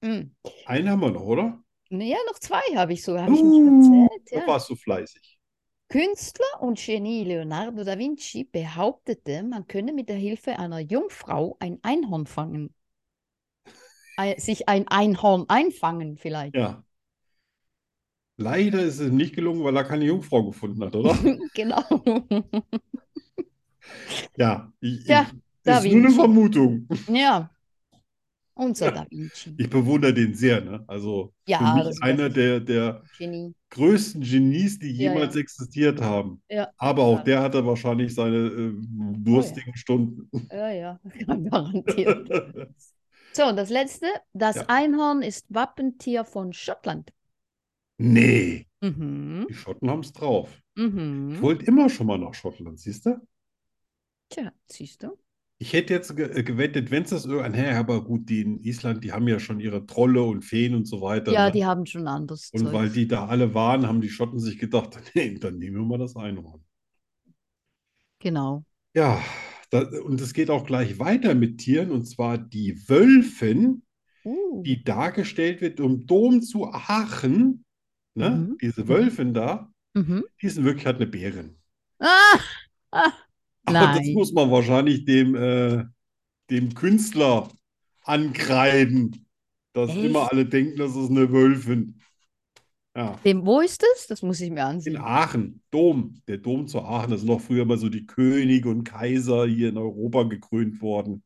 [SPEAKER 2] Mm.
[SPEAKER 1] Einen haben wir noch, oder?
[SPEAKER 2] Ja, noch zwei habe ich sogar, habe ich nicht
[SPEAKER 1] Uh,
[SPEAKER 2] erzählt.
[SPEAKER 1] da
[SPEAKER 2] Ja.
[SPEAKER 1] warst du fleißig.
[SPEAKER 2] Künstler und Genie Leonardo da Vinci behauptete, man könne mit der Hilfe einer Jungfrau ein Einhorn fangen. Ei- Sich ein Einhorn einfangen vielleicht. (laughs)
[SPEAKER 1] Ja. Leider ist es ihm nicht gelungen, weil er keine Jungfrau gefunden hat,
[SPEAKER 2] (laughs)
[SPEAKER 1] oder?
[SPEAKER 2] Genau.
[SPEAKER 1] Ja, ich,
[SPEAKER 2] Ja,
[SPEAKER 1] ich,
[SPEAKER 2] Da
[SPEAKER 1] ist nur eine
[SPEAKER 2] Vinci.
[SPEAKER 1] Vermutung.
[SPEAKER 2] Ja. Unser
[SPEAKER 1] Ja.
[SPEAKER 2] Da Vinci.
[SPEAKER 1] Ich bewundere den sehr, ne? Also
[SPEAKER 2] Ja,
[SPEAKER 1] für mich
[SPEAKER 2] das ist
[SPEAKER 1] einer
[SPEAKER 2] wirklich
[SPEAKER 1] der, der
[SPEAKER 2] Genie.
[SPEAKER 1] größten Genies, die
[SPEAKER 2] Ja,
[SPEAKER 1] jemals
[SPEAKER 2] ja.
[SPEAKER 1] existiert haben.
[SPEAKER 2] Ja.
[SPEAKER 1] Aber auch
[SPEAKER 2] Ja. Oh
[SPEAKER 1] der hatte wahrscheinlich seine äh, durstigen Stunden.
[SPEAKER 2] Ja, ja, (laughs) garantiert.
[SPEAKER 1] (laughs)
[SPEAKER 2] So, und das letzte. Das
[SPEAKER 1] Ja.
[SPEAKER 2] Einhorn ist Wappentier von Schottland.
[SPEAKER 1] Nee,
[SPEAKER 2] Mhm.
[SPEAKER 1] die Schotten haben es drauf. Ich
[SPEAKER 2] Mhm.
[SPEAKER 1] wollte immer schon mal nach Schottland, siehst du?
[SPEAKER 2] Tja, siehst du?
[SPEAKER 1] Ich hätte jetzt ge äh, gewettet, wenn es das irgendein, hä, aber gut, die in Island, die haben ja schon ihre Trolle und Feen und so weiter,
[SPEAKER 2] Ja,
[SPEAKER 1] ne?
[SPEAKER 2] die haben schon anderes
[SPEAKER 1] Und
[SPEAKER 2] Zeug.
[SPEAKER 1] weil die da alle waren, haben die Schotten sich gedacht, (laughs) nee, dann nehmen wir mal das Einhorn.
[SPEAKER 2] Genau.
[SPEAKER 1] Ja, da, und es geht auch gleich weiter mit Tieren, und zwar die Wölfin,
[SPEAKER 2] Uh.
[SPEAKER 1] die dargestellt wird im Dom zu Aachen. Ne?
[SPEAKER 2] Mhm.
[SPEAKER 1] Diese Wölfin da,
[SPEAKER 2] Mhm.
[SPEAKER 1] die ist in Wirklichkeit eine Bärin. (laughs)
[SPEAKER 2] Ah! Ah!
[SPEAKER 1] Aber das
[SPEAKER 2] Nein.
[SPEAKER 1] muss man wahrscheinlich dem, äh, dem Künstler ankreiden, dass
[SPEAKER 2] Echt?
[SPEAKER 1] immer alle denken, das ist eine Wölfin. Ja.
[SPEAKER 2] Dem, wo ist es? Das muss ich mir
[SPEAKER 1] In
[SPEAKER 2] ansehen.
[SPEAKER 1] Aachen, Dom, der Dom zu Aachen, da sind doch früher mal so die Könige und Kaiser hier in Europa gekrönt worden.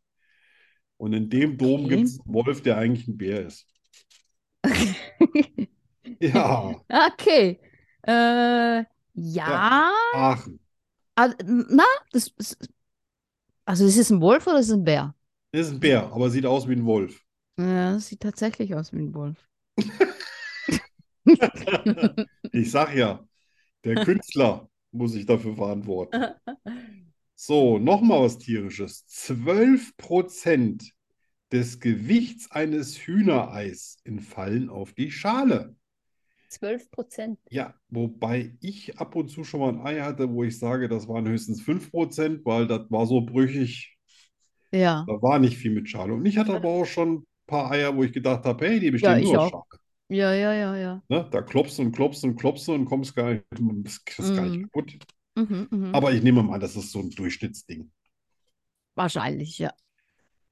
[SPEAKER 1] Und in dem Dom
[SPEAKER 2] Okay.
[SPEAKER 1] gibt es einen Wolf, der eigentlich ein Bär ist. Ja,
[SPEAKER 2] Okay. Äh, ja.
[SPEAKER 1] Aachen.
[SPEAKER 2] Ah, Na, das ist. Also, ist es ein Wolf oder ist es ein Bär?
[SPEAKER 1] Ist ein Bär, aber sieht aus wie ein Wolf.
[SPEAKER 2] Ja, das sieht tatsächlich aus wie ein Wolf.
[SPEAKER 1] Ich sag ja, der Künstler muss sich dafür verantworten. So, nochmal was Tierisches. 12% des Gewichts eines Hühnereis entfallen auf die Schale.
[SPEAKER 2] 12 Prozent.
[SPEAKER 1] Ja, wobei ich ab und zu schon mal ein Ei hatte, wo ich sage, das waren höchstens 5%, weil das war so brüchig.
[SPEAKER 2] Ja,
[SPEAKER 1] Da war nicht viel mit Schale. Und ich hatte aber auch schon ein paar Eier, wo ich gedacht habe, hey, die
[SPEAKER 2] Ja,
[SPEAKER 1] bestehen
[SPEAKER 2] ich
[SPEAKER 1] nur aus
[SPEAKER 2] auch.
[SPEAKER 1] Schale.
[SPEAKER 2] ja, ja, ja, ja.
[SPEAKER 1] Ne? Da klopfst du und klopfst und klopfst du und kommst gar nicht, das kriegst gar nicht
[SPEAKER 2] Mhm.
[SPEAKER 1] kaputt.
[SPEAKER 2] Mhm, mhm.
[SPEAKER 1] Aber ich nehme mal an, das ist so ein Durchschnittsding.
[SPEAKER 2] Wahrscheinlich, ja.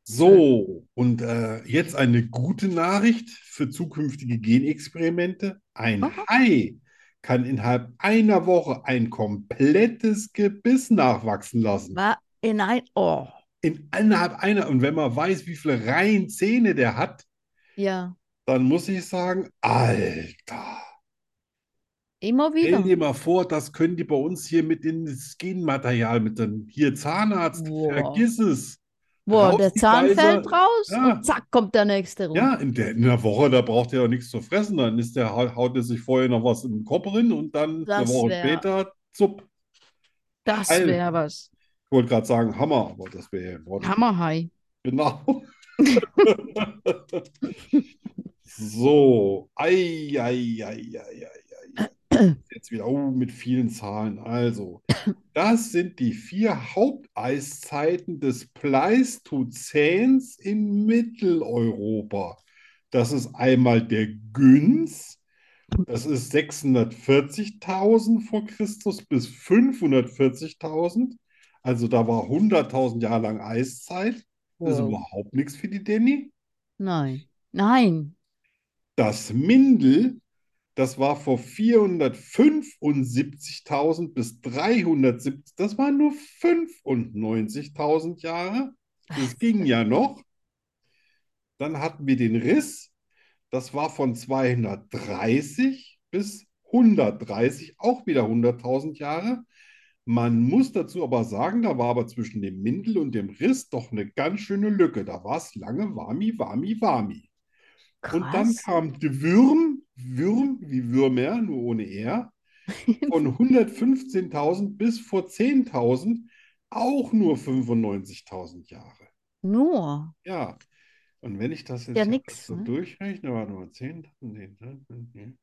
[SPEAKER 1] So, und äh, jetzt eine gute Nachricht für zukünftige Genexperimente. Ein
[SPEAKER 2] Aha.
[SPEAKER 1] Hai kann innerhalb einer Woche ein komplettes Gebiss nachwachsen lassen.
[SPEAKER 2] War in ein. Oh,
[SPEAKER 1] In innerhalb einer, und wenn man weiß, wie viele Reihen Zähne der hat,
[SPEAKER 2] ja.
[SPEAKER 1] dann muss ich sagen, Alter,
[SPEAKER 2] Immer
[SPEAKER 1] stell
[SPEAKER 2] wieder.
[SPEAKER 1] dir mal vor, das können die bei uns hier mit in das Genmaterial mit dann hier Zahnarzt,
[SPEAKER 2] Boah.
[SPEAKER 1] vergiss es.
[SPEAKER 2] Boah,
[SPEAKER 1] raus
[SPEAKER 2] der
[SPEAKER 1] die
[SPEAKER 2] Zahn
[SPEAKER 1] Kaiser.
[SPEAKER 2] fällt raus
[SPEAKER 1] Ja.
[SPEAKER 2] und zack, kommt der nächste rum.
[SPEAKER 1] Ja, in der, in der Woche, da braucht er ja nichts zu fressen. Dann ist der, haut er sich vorher noch was in den Kopf rein und dann eine
[SPEAKER 2] Das
[SPEAKER 1] Woche
[SPEAKER 2] wär-
[SPEAKER 1] später, zupp.
[SPEAKER 2] Das
[SPEAKER 1] Alter.
[SPEAKER 2] wäre was.
[SPEAKER 1] Ich wollte gerade sagen Hammer, aber das wäre ja ein Wort.
[SPEAKER 2] Hammerhai.
[SPEAKER 1] Genau. So, ei, ei, ei, ei, ei, ei, ei. Jetzt wieder oh, mit vielen Zahlen. Also, das sind die vier Haupteiszeiten des Pleistozäns in Mitteleuropa. Das ist einmal der Günz, das ist 640.000 vor Christus bis 540.000. Also da war 100.000 Jahre lang Eiszeit. Das ist
[SPEAKER 2] Wow.
[SPEAKER 1] überhaupt nichts für die Danny.
[SPEAKER 2] Nein. Nein.
[SPEAKER 1] Das Mindel, das war vor 475.000 bis 370, das waren nur 95.000 Jahre. Das ging ja noch. Dann hatten wir den Riss, das war von 230 bis 130, auch wieder 100.000 Jahre. Man muss dazu aber sagen, da war aber zwischen dem Mindel und dem Riss doch eine ganz schöne Lücke. Da war es lange Wami, Wami, Wami. Und dann
[SPEAKER 2] Krass.
[SPEAKER 1] kam die Würm, Würm wie Würmer, nur
[SPEAKER 2] (laughs)
[SPEAKER 1] ohne R, von 115.000 bis vor 10.000, auch nur 95.000 Jahre.
[SPEAKER 2] Nur.
[SPEAKER 1] Ja. Und wenn ich das jetzt
[SPEAKER 2] Ja,
[SPEAKER 1] hier
[SPEAKER 2] nix,
[SPEAKER 1] alles so
[SPEAKER 2] ne?
[SPEAKER 1] durchrechne, warte mal, 10, 10, 10,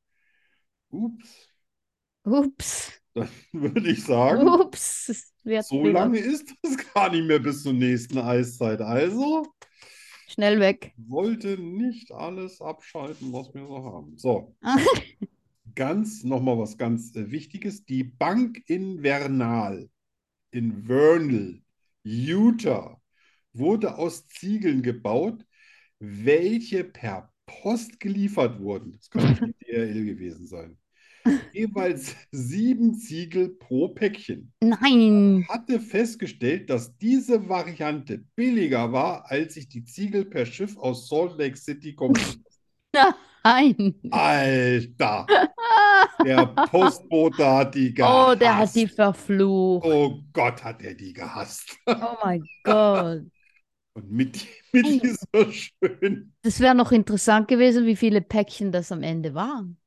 [SPEAKER 1] ups, (laughs)
[SPEAKER 2] Ups.
[SPEAKER 1] dann würde ich sagen,
[SPEAKER 2] Ups. Es wird
[SPEAKER 1] so
[SPEAKER 2] wieder
[SPEAKER 1] lange ist das gar nicht mehr bis zur nächsten Eiszeit. Also
[SPEAKER 2] Schnell weg.
[SPEAKER 1] wollte nicht alles abschalten, was wir so haben. So. ganz, nochmal was ganz äh, Wichtiges. Die Bank in Vernal, in Vernal, Utah, wurde aus Ziegeln gebaut, welche per Post geliefert wurden. Das könnte die DRL gewesen sein. Jeweils sieben Ziegel pro Päckchen.
[SPEAKER 2] Nein.
[SPEAKER 1] Hatte festgestellt, dass diese Variante billiger war, als sich die Ziegel per Schiff aus Salt Lake City kommen.
[SPEAKER 2] (laughs) Nein. (laughs)
[SPEAKER 1] Alter! Der Postbote hat die
[SPEAKER 2] Oh, der hat
[SPEAKER 1] gehasst.
[SPEAKER 2] die verflucht.
[SPEAKER 1] Oh Gott, hat er die gehasst. (laughs)
[SPEAKER 2] Oh mein Gott.
[SPEAKER 1] Und mit,
[SPEAKER 2] Hm.
[SPEAKER 1] mit dieser schönen.
[SPEAKER 2] Das wäre noch interessant gewesen, wie viele Päckchen das am Ende waren.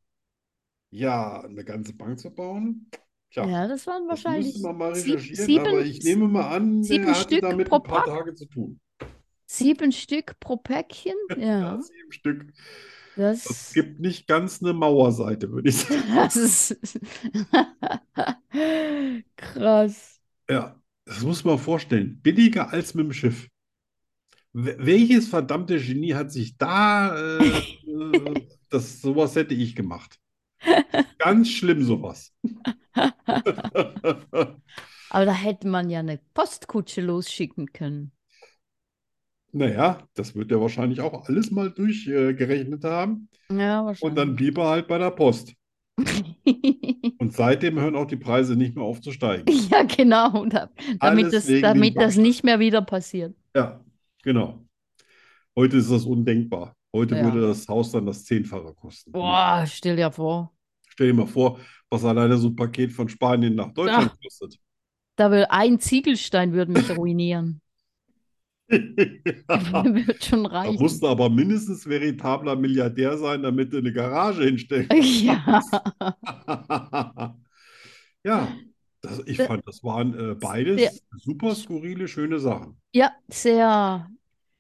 [SPEAKER 1] Ja, eine ganze Bank zu bauen. Tja,
[SPEAKER 2] Ja, das waren
[SPEAKER 1] das
[SPEAKER 2] wahrscheinlich
[SPEAKER 1] müsste man mal
[SPEAKER 2] sieb-
[SPEAKER 1] recherchieren,
[SPEAKER 2] sieben-
[SPEAKER 1] aber ich nehme mal an, der
[SPEAKER 2] sieben
[SPEAKER 1] hatte
[SPEAKER 2] Stück
[SPEAKER 1] damit
[SPEAKER 2] pro
[SPEAKER 1] ein paar
[SPEAKER 2] Pack?
[SPEAKER 1] Tage zu tun.
[SPEAKER 2] sieben Stück pro Päckchen. Ja,
[SPEAKER 1] sieben Stück.
[SPEAKER 2] das, (laughs)
[SPEAKER 1] Das gibt nicht ganz eine Mauerseite, würde ich sagen.
[SPEAKER 2] das ist (laughs) krass.
[SPEAKER 1] Ja, das muss man vorstellen. Billiger als mit dem Schiff. W- Welches verdammte Genie hat sich da, äh, äh, (laughs) das, sowas hätte ich
[SPEAKER 2] (laughs)
[SPEAKER 1] gemacht. Ganz schlimm sowas. (laughs)
[SPEAKER 2] Aber da hätte man ja eine Postkutsche losschicken können.
[SPEAKER 1] Naja, das wird er wahrscheinlich auch alles mal durchgerechnet haben.
[SPEAKER 2] Ja,
[SPEAKER 1] Und dann
[SPEAKER 2] wahrscheinlich.
[SPEAKER 1] blieb er halt bei der Post. Und seitdem hören auch die Preise nicht mehr auf zu steigen.
[SPEAKER 2] (laughs) ja, genau. Da, damit
[SPEAKER 1] Alles
[SPEAKER 2] das,
[SPEAKER 1] wegen dem
[SPEAKER 2] damit das
[SPEAKER 1] Backstein.
[SPEAKER 2] nicht mehr wieder passiert.
[SPEAKER 1] Ja, genau. Heute ist das undenkbar. Heute
[SPEAKER 2] Ja.
[SPEAKER 1] würde das Haus dann das Zehnfache kosten.
[SPEAKER 2] Boah, stell dir vor.
[SPEAKER 1] Stell dir mal vor, was alleine so ein Paket von Spanien nach Deutschland
[SPEAKER 2] (laughs)
[SPEAKER 1] kostet.
[SPEAKER 2] Da will ein Ziegelstein würde mich
[SPEAKER 1] (laughs)
[SPEAKER 2] ruinieren.
[SPEAKER 1] Da
[SPEAKER 2] (laughs) Wird schon reichen.
[SPEAKER 1] musst du aber mindestens veritabler Milliardär sein, damit du eine Garage hinstellst.
[SPEAKER 2] Ja.
[SPEAKER 1] (laughs) Ja, das, ich
[SPEAKER 2] Da-
[SPEAKER 1] fand, das waren äh, beides
[SPEAKER 2] Ja.
[SPEAKER 1] super skurrile, schöne Sachen.
[SPEAKER 2] ja, sehr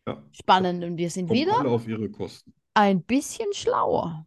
[SPEAKER 1] Ja,
[SPEAKER 2] spannend. Und wir sind
[SPEAKER 1] kommen
[SPEAKER 2] wieder
[SPEAKER 1] alle auf ihre Kosten.
[SPEAKER 2] ein bisschen schlauer.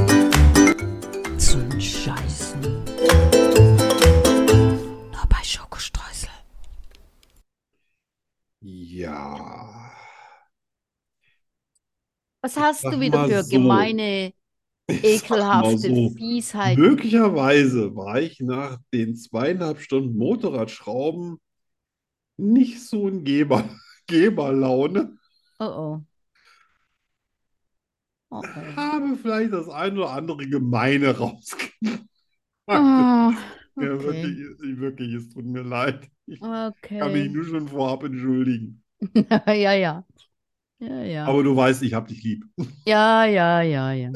[SPEAKER 3] Zum Scheißen. Nur bei Schokostreusel.
[SPEAKER 1] Ja,
[SPEAKER 2] Was hast
[SPEAKER 1] Sag
[SPEAKER 2] du wieder
[SPEAKER 1] mal
[SPEAKER 2] für
[SPEAKER 1] so.
[SPEAKER 2] gemeine,
[SPEAKER 1] Ich sag mal
[SPEAKER 2] ekelhafte
[SPEAKER 1] so,
[SPEAKER 2] Fiesheiten?
[SPEAKER 1] möglicherweise war ich nach den zweieinhalb Stunden Motorradschrauben nicht so in Geber, (laughs) Geberlaune.
[SPEAKER 2] Oh oh. Oh oh.
[SPEAKER 1] Habe vielleicht das ein oder andere Gemeine rausgepackt.
[SPEAKER 2] Ah,
[SPEAKER 1] (laughs) Ja,
[SPEAKER 2] okay.
[SPEAKER 1] wirklich, wirklich, es tut mir leid. Ich kann
[SPEAKER 2] (laughs)
[SPEAKER 1] mich
[SPEAKER 2] Okay.
[SPEAKER 1] nur schon vorab entschuldigen.
[SPEAKER 2] Ja, ja. Ja, ja.
[SPEAKER 1] Aber du weißt, ich hab dich lieb.
[SPEAKER 2] Ja, ja, ja,
[SPEAKER 1] (laughs)
[SPEAKER 2] ja.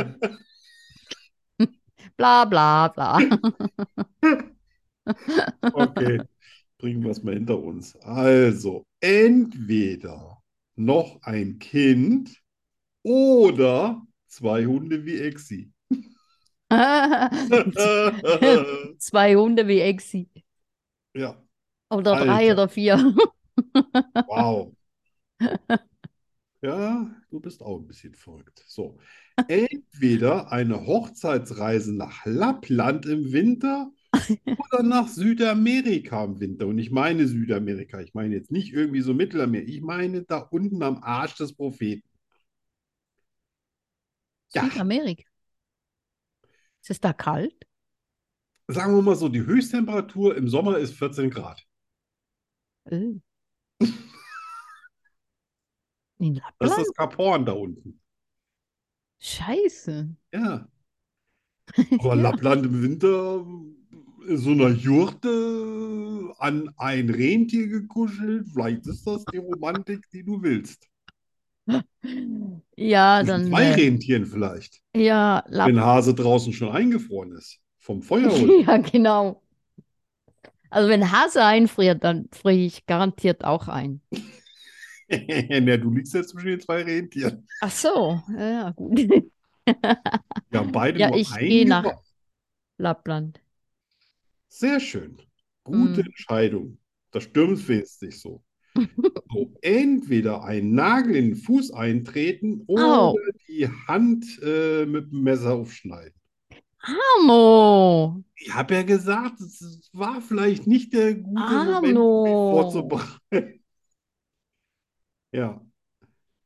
[SPEAKER 2] Bla, bla, bla. (laughs)
[SPEAKER 1] Okay, bringen wir es mal hinter uns. Also, entweder noch ein Kind oder zwei Hunde wie
[SPEAKER 2] (laughs)
[SPEAKER 1] Exi. (laughs)
[SPEAKER 2] Zwei Hunde wie Exi.
[SPEAKER 1] Ja,
[SPEAKER 2] Oder drei
[SPEAKER 1] Alter.
[SPEAKER 2] oder vier.
[SPEAKER 1] wow. Ja, du bist auch ein bisschen verrückt. So. Entweder eine Hochzeitsreise nach Lappland im Winter oder nach Südamerika im Winter. Und ich meine Südamerika. Ich meine jetzt nicht irgendwie so Mittelmeer. Ich meine da unten am Arsch des Propheten. Ja,
[SPEAKER 3] Südamerika. Ist es da kalt?
[SPEAKER 1] sagen wir mal so, die Höchsttemperatur im Sommer ist 14 Grad. (laughs)
[SPEAKER 3] Äh. In
[SPEAKER 1] Das ist
[SPEAKER 3] Lappland?
[SPEAKER 1] das Kap Horn da unten.
[SPEAKER 3] Scheiße.
[SPEAKER 1] Ja. Aber Lappland im Winter in so einer Jurte an ein Rentier gekuschelt, vielleicht ist das die Romantik, die du willst.
[SPEAKER 2] Ja,
[SPEAKER 1] Mit
[SPEAKER 2] dann.
[SPEAKER 1] zwei
[SPEAKER 2] Äh,
[SPEAKER 1] Rentieren vielleicht,
[SPEAKER 2] ja, Lapp.
[SPEAKER 1] wenn Hase draußen schon eingefroren ist.
[SPEAKER 2] (laughs)
[SPEAKER 1] Vom Feuer holen.
[SPEAKER 2] Ja, genau. Also wenn Hase einfriert, dann friere ich garantiert auch ein.
[SPEAKER 1] (laughs) Na, du liegst jetzt zwischen den zwei Rentieren.
[SPEAKER 2] Ach so, ja, gut. (laughs)
[SPEAKER 1] Wir haben beide
[SPEAKER 2] Ja,
[SPEAKER 1] nur
[SPEAKER 2] ich
[SPEAKER 1] einen
[SPEAKER 2] gehe nach-
[SPEAKER 1] gewonnen.
[SPEAKER 2] Lappland.
[SPEAKER 1] Sehr schön. Gute
[SPEAKER 2] Mhm.
[SPEAKER 1] Entscheidung. Das stürmfest dich
[SPEAKER 2] (laughs)
[SPEAKER 1] so. So, entweder einen Nagel in den Fuß eintreten oder
[SPEAKER 2] Au.
[SPEAKER 1] die Hand äh, mit dem Messer aufschneiden.
[SPEAKER 2] Amo.
[SPEAKER 1] Ich habe ja gesagt, es es war vielleicht nicht der gute
[SPEAKER 2] Ah,
[SPEAKER 1] Moment, um mich
[SPEAKER 2] Arno.
[SPEAKER 1] vorzubereiten. (laughs) Ja,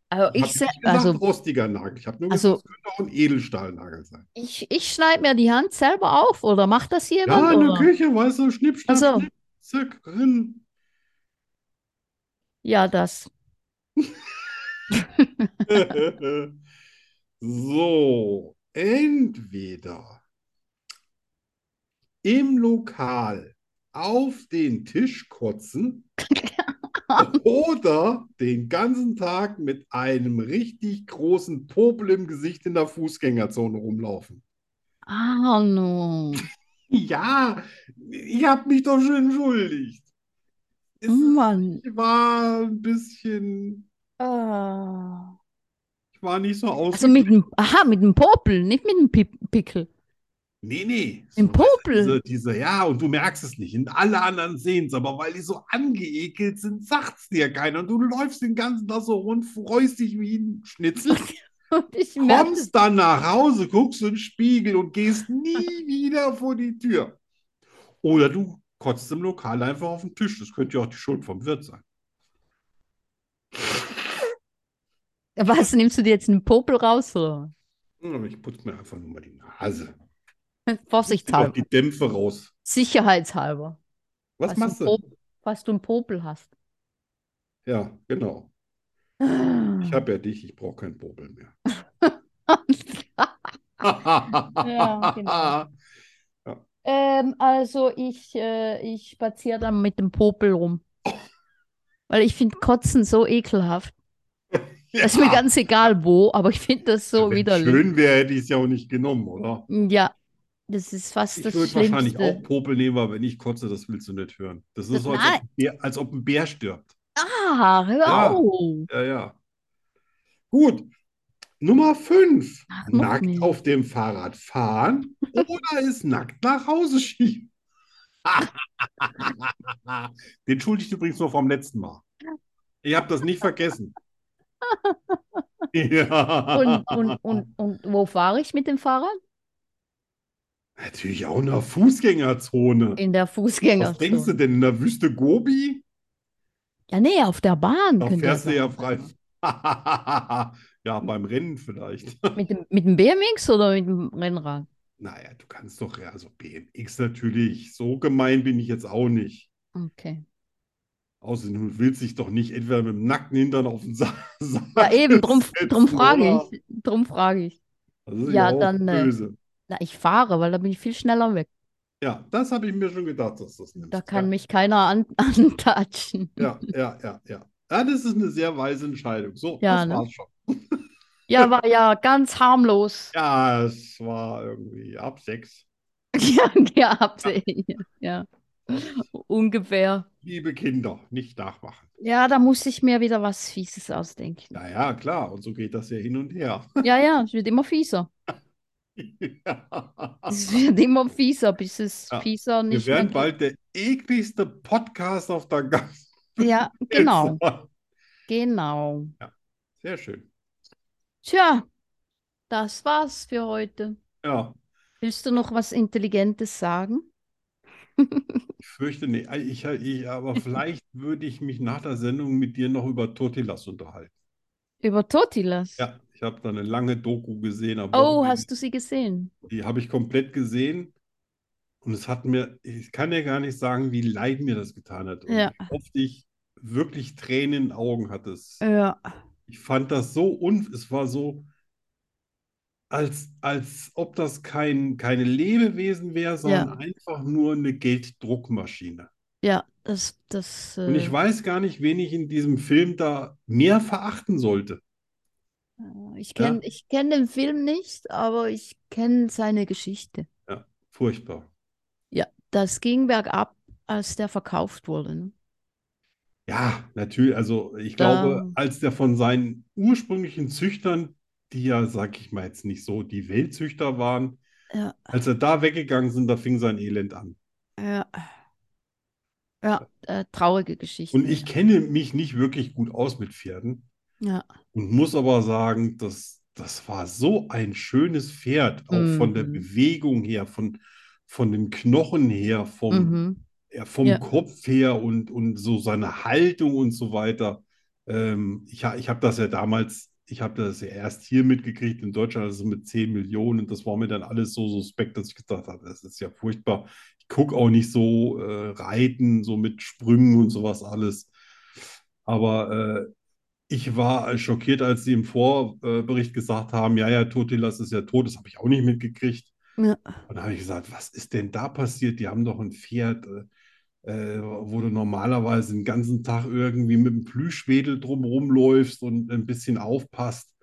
[SPEAKER 2] Also
[SPEAKER 1] ich
[SPEAKER 2] ich,
[SPEAKER 1] habe
[SPEAKER 2] se-
[SPEAKER 1] nicht gesagt
[SPEAKER 2] also,
[SPEAKER 1] rostiger Nagel. Ich habe nur
[SPEAKER 2] Also-
[SPEAKER 1] gesagt, es könnte auch ein Edelstahlnagel sein.
[SPEAKER 2] ich, ich schneide mir die Hand selber auf, oder macht das jemand?
[SPEAKER 1] Ja, in der
[SPEAKER 2] oder?
[SPEAKER 1] Küche, weißt du, schnipp, schnapp,
[SPEAKER 2] Genau. Also.
[SPEAKER 1] schnipp, zack, rin.
[SPEAKER 2] Ja, das.
[SPEAKER 1] So, entweder im Lokal auf den
[SPEAKER 2] (laughs)
[SPEAKER 1] Tisch kotzen oder den ganzen Tag mit einem richtig großen Popel im Gesicht in der Fußgängerzone rumlaufen.
[SPEAKER 2] Ah, Arno.
[SPEAKER 1] Ja, ich habe mich doch schon entschuldigt. Es
[SPEAKER 2] Mann.
[SPEAKER 1] war ein bisschen,
[SPEAKER 2] Ah.
[SPEAKER 1] ich war nicht so
[SPEAKER 2] Also mit
[SPEAKER 1] ausgeglichen.
[SPEAKER 2] dem, aha, mit dem Popel, nicht mit dem Pip Pickel.
[SPEAKER 1] Nee, nee.
[SPEAKER 2] Im
[SPEAKER 1] So, weißt du,
[SPEAKER 2] Popel. (laughs)
[SPEAKER 1] Diese,
[SPEAKER 3] Hm.
[SPEAKER 1] diese, ja, und du merkst es nicht. Und alle anderen sehen es, aber weil die so angeekelt sind, sagt es dir keiner. Und du läufst den ganzen Tag so rund, freust dich wie ein Schnitzel,
[SPEAKER 2] Und ich merke,
[SPEAKER 1] kommst dann nach Hause, guckst in den Spiegel und gehst nie wieder vor die Tür. Oder du kotzt im Lokal einfach auf den Tisch. Das könnte ja auch die Schuld vom Wirt sein.
[SPEAKER 2] was, nimmst du dir jetzt einen Popel raus, oder?
[SPEAKER 1] Hm, Ich putze mir einfach nur mal die Nase. Auch
[SPEAKER 2] Vorsichtshalber,
[SPEAKER 1] die Dämpfe raus.
[SPEAKER 2] sicherheitshalber.
[SPEAKER 1] Was
[SPEAKER 2] falls
[SPEAKER 1] machst
[SPEAKER 2] du?
[SPEAKER 1] du?
[SPEAKER 2] einen Pop- Falls du einen Popel hast.
[SPEAKER 1] Ja, genau. Ich habe ja dich, ich brauche keinen
[SPEAKER 2] (laughs)
[SPEAKER 1] Popel mehr.
[SPEAKER 2] Ja,
[SPEAKER 1] (laughs)
[SPEAKER 2] genau. Ähm, also ich, äh, ich spaziere dann mit dem Popel rum. Weil ich finde Kotzen so ekelhaft.
[SPEAKER 1] Ja,
[SPEAKER 2] Ist mir ganz egal wo, aber ich finde das so
[SPEAKER 1] wenn
[SPEAKER 2] widerlich.
[SPEAKER 1] schön wäre, hätte ich es ja auch nicht genommen, oder?
[SPEAKER 2] Ja, das ist fast
[SPEAKER 1] Ich
[SPEAKER 2] das
[SPEAKER 1] würde wahrscheinlich
[SPEAKER 2] Schlimmste.
[SPEAKER 1] auch Popel nehmen, aber wenn ich kotze, das willst du nicht hören. Das ist so, als
[SPEAKER 2] Nein.
[SPEAKER 1] ob ein Bär, als ob ein Bär stirbt.
[SPEAKER 2] Ah, hör
[SPEAKER 1] Ja.
[SPEAKER 2] auf.
[SPEAKER 1] Ja, ja. Gut. Nummer 5.
[SPEAKER 2] Ach, noch
[SPEAKER 1] Nackt
[SPEAKER 2] mehr.
[SPEAKER 1] auf dem Fahrrad fahren
[SPEAKER 2] (laughs)
[SPEAKER 1] oder es nackt nach Hause schieben. (laughs) Den schulde ich übrigens nur vom letzten Mal. Ich habe das nicht
[SPEAKER 2] (laughs)
[SPEAKER 1] vergessen. Ja.
[SPEAKER 2] Und, und, und, und wo fahre ich mit dem Fahrrad?
[SPEAKER 1] Natürlich auch in der Fußgängerzone.
[SPEAKER 2] In der
[SPEAKER 1] Was denkst du
[SPEAKER 2] Fußgängerzone.
[SPEAKER 1] denn in der Wüste Gobi?
[SPEAKER 2] Ja, nee, auf der Bahn
[SPEAKER 1] Da
[SPEAKER 2] könnte
[SPEAKER 1] fährst du
[SPEAKER 2] das
[SPEAKER 1] ja
[SPEAKER 2] sein.
[SPEAKER 1] frei. (laughs) Ja, beim Rennen vielleicht.
[SPEAKER 2] Mit dem, mit dem BMX oder mit dem Rennrad?
[SPEAKER 1] Naja, du kannst doch, ja, also BMX natürlich. So gemein bin ich jetzt auch nicht. (laughs)
[SPEAKER 2] Okay.
[SPEAKER 1] Außerdem, du willst dich doch nicht etwa mit dem nackten Hintern auf den (laughs) Sa
[SPEAKER 2] Ja,
[SPEAKER 1] Sattel
[SPEAKER 2] eben, drum, drum
[SPEAKER 1] setzen,
[SPEAKER 2] frage
[SPEAKER 1] oder?
[SPEAKER 2] ich. Drum frage ich.
[SPEAKER 1] Das ist
[SPEAKER 2] Ja,
[SPEAKER 1] ja auch
[SPEAKER 2] dann, äh,
[SPEAKER 1] böse.
[SPEAKER 2] Na, ich fahre, weil da bin ich viel schneller weg.
[SPEAKER 1] Ja, das habe ich mir schon gedacht, dass du das nimmst.
[SPEAKER 2] Da kann mich (laughs) keiner an, antatschen.
[SPEAKER 1] Ja, ja, ja, ja, ja. Ja, das ist eine sehr weise Entscheidung. So,
[SPEAKER 2] Ja,
[SPEAKER 1] das
[SPEAKER 2] ne?
[SPEAKER 1] war's schon.
[SPEAKER 2] Ja, war ja ganz harmlos.
[SPEAKER 1] Ja, es war irgendwie ab sechs.
[SPEAKER 2] (laughs) Ja, ja, habt ihr- ja. Ungefähr.
[SPEAKER 1] Liebe Kinder, nicht nachmachen.
[SPEAKER 2] Ja, da muss ich mir wieder was Fieses ausdenken.
[SPEAKER 1] Naja, klar, und so geht das ja hin und her. (laughs)
[SPEAKER 2] Ja, ja, es wird immer fieser.
[SPEAKER 1] Wir
[SPEAKER 2] Es wird immer fieser, bis es
[SPEAKER 1] Ja.
[SPEAKER 2] fieser nicht mehr
[SPEAKER 1] werden
[SPEAKER 2] geht.
[SPEAKER 1] bald der ekligste (laughs) Podcast auf der ganzen
[SPEAKER 2] Ja, genau,
[SPEAKER 1] Welt sein.
[SPEAKER 2] genau.
[SPEAKER 1] Sehr schön.
[SPEAKER 2] Tja, das war's für heute.
[SPEAKER 1] Ja,
[SPEAKER 2] Willst du noch was Intelligentes sagen?
[SPEAKER 1] ich fürchte nicht. Ah, Ich,
[SPEAKER 2] (laughs)
[SPEAKER 1] ich, aber vielleicht würde ich mich nach der Sendung mit dir noch über Tortillas unterhalten.
[SPEAKER 2] Über Tortillas?
[SPEAKER 1] Ja, ich habe da eine lange Doku gesehen. am
[SPEAKER 2] Oh,
[SPEAKER 1] Wochenende.
[SPEAKER 2] hast du sie gesehen?
[SPEAKER 1] Die habe ich komplett gesehen. Und es hat mir, ich kann ja gar nicht sagen, wie leid mir das getan hat. Und
[SPEAKER 2] Ja.
[SPEAKER 1] wie oft ich wirklich Tränen in den Augen hatte. Es-
[SPEAKER 2] Ja.
[SPEAKER 1] Ich fand das so un, es war so, als, als ob das kein, keine Lebewesen wäre, sondern einfach nur eine Gelddruckmaschine.
[SPEAKER 2] Ja, das, das,
[SPEAKER 1] Und ich
[SPEAKER 2] äh,
[SPEAKER 1] weiß gar nicht, wen ich in diesem Film da mehr verachten sollte.
[SPEAKER 2] äh, ich kenne
[SPEAKER 1] Ja.
[SPEAKER 2] ich kenn den Film nicht, aber ich kenne seine Geschichte.
[SPEAKER 1] Furchtbar.
[SPEAKER 2] Das ging bergab, als der verkauft wurde. Ne?
[SPEAKER 1] Ja, natürlich. Also ich
[SPEAKER 2] Da-
[SPEAKER 1] glaube, als der von seinen ursprünglichen Züchtern, die ja, sag ich mal jetzt nicht so, die Weltzüchter waren,
[SPEAKER 2] Ja.
[SPEAKER 1] als er da weggegangen sind, da fing sein Elend an.
[SPEAKER 2] Ja. Ja, äh, traurige Geschichte.
[SPEAKER 1] Und ich kenne mich nicht wirklich gut aus mit Pferden
[SPEAKER 2] Ja.
[SPEAKER 1] und muss aber sagen, dass das war so ein schönes Pferd, auch von der
[SPEAKER 2] Mhm.
[SPEAKER 1] Bewegung her, von, von dem Knochen her, vom,
[SPEAKER 2] Mhm.
[SPEAKER 1] ja, vom
[SPEAKER 2] Ja.
[SPEAKER 1] Kopf her und, und so seine Haltung und so weiter. Ähm, ich ha- ich habe das ja damals, ich habe das ja erst hier mitgekriegt in Deutschland, also mit 10 Millionen. Das war mir dann alles so suspekt, dass ich gedacht habe, das ist ja furchtbar. Ich gucke auch nicht so äh, Reiten, so mit Sprüngen und sowas alles. Aber äh, ich war schockiert, als sie im Vorbericht gesagt haben, ja, ja, Totilas ist ja tot. Das habe ich auch nicht mitgekriegt.
[SPEAKER 2] Ja.
[SPEAKER 1] Und da habe ich gesagt, was ist denn da passiert? Die haben doch ein Pferd, äh, äh, wo du normalerweise den ganzen Tag irgendwie mit dem Plüschwedel drum rumläufst und ein bisschen aufpasst.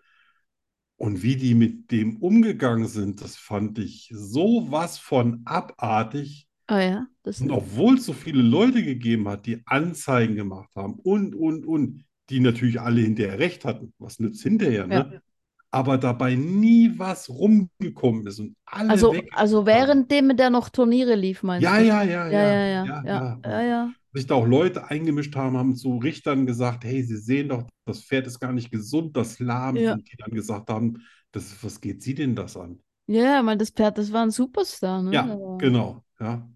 [SPEAKER 1] Und wie die mit dem umgegangen sind, das fand ich so was von abartig.
[SPEAKER 2] Ah ja, das
[SPEAKER 1] Und obwohl es so viele Leute gegeben hat, die Anzeigen gemacht haben und, und, und, die natürlich alle hinterher recht hatten. Was nützt hinterher, ne? Aber dabei nie was rumgekommen ist und alle
[SPEAKER 2] Also,
[SPEAKER 1] weg.
[SPEAKER 2] also währenddem der noch Turniere lief, meinst
[SPEAKER 1] Ja,
[SPEAKER 2] du?
[SPEAKER 1] ja, ja,
[SPEAKER 2] Ja, ja,
[SPEAKER 1] ja,
[SPEAKER 2] ja,
[SPEAKER 1] ja,
[SPEAKER 2] ja,
[SPEAKER 1] ja.
[SPEAKER 2] ja, ja.
[SPEAKER 1] Sich da auch Leute eingemischt haben, haben zu Richtern gesagt, hey, Sie sehen doch, das Pferd ist gar nicht gesund, das lahmt.
[SPEAKER 2] Ja.
[SPEAKER 1] Und die dann gesagt haben, das, was geht Sie denn das an?
[SPEAKER 2] Ja, ja, mein, das Pferd, das war ein Superstar, ne?
[SPEAKER 1] Ja,
[SPEAKER 2] Aber-
[SPEAKER 1] genau, ja.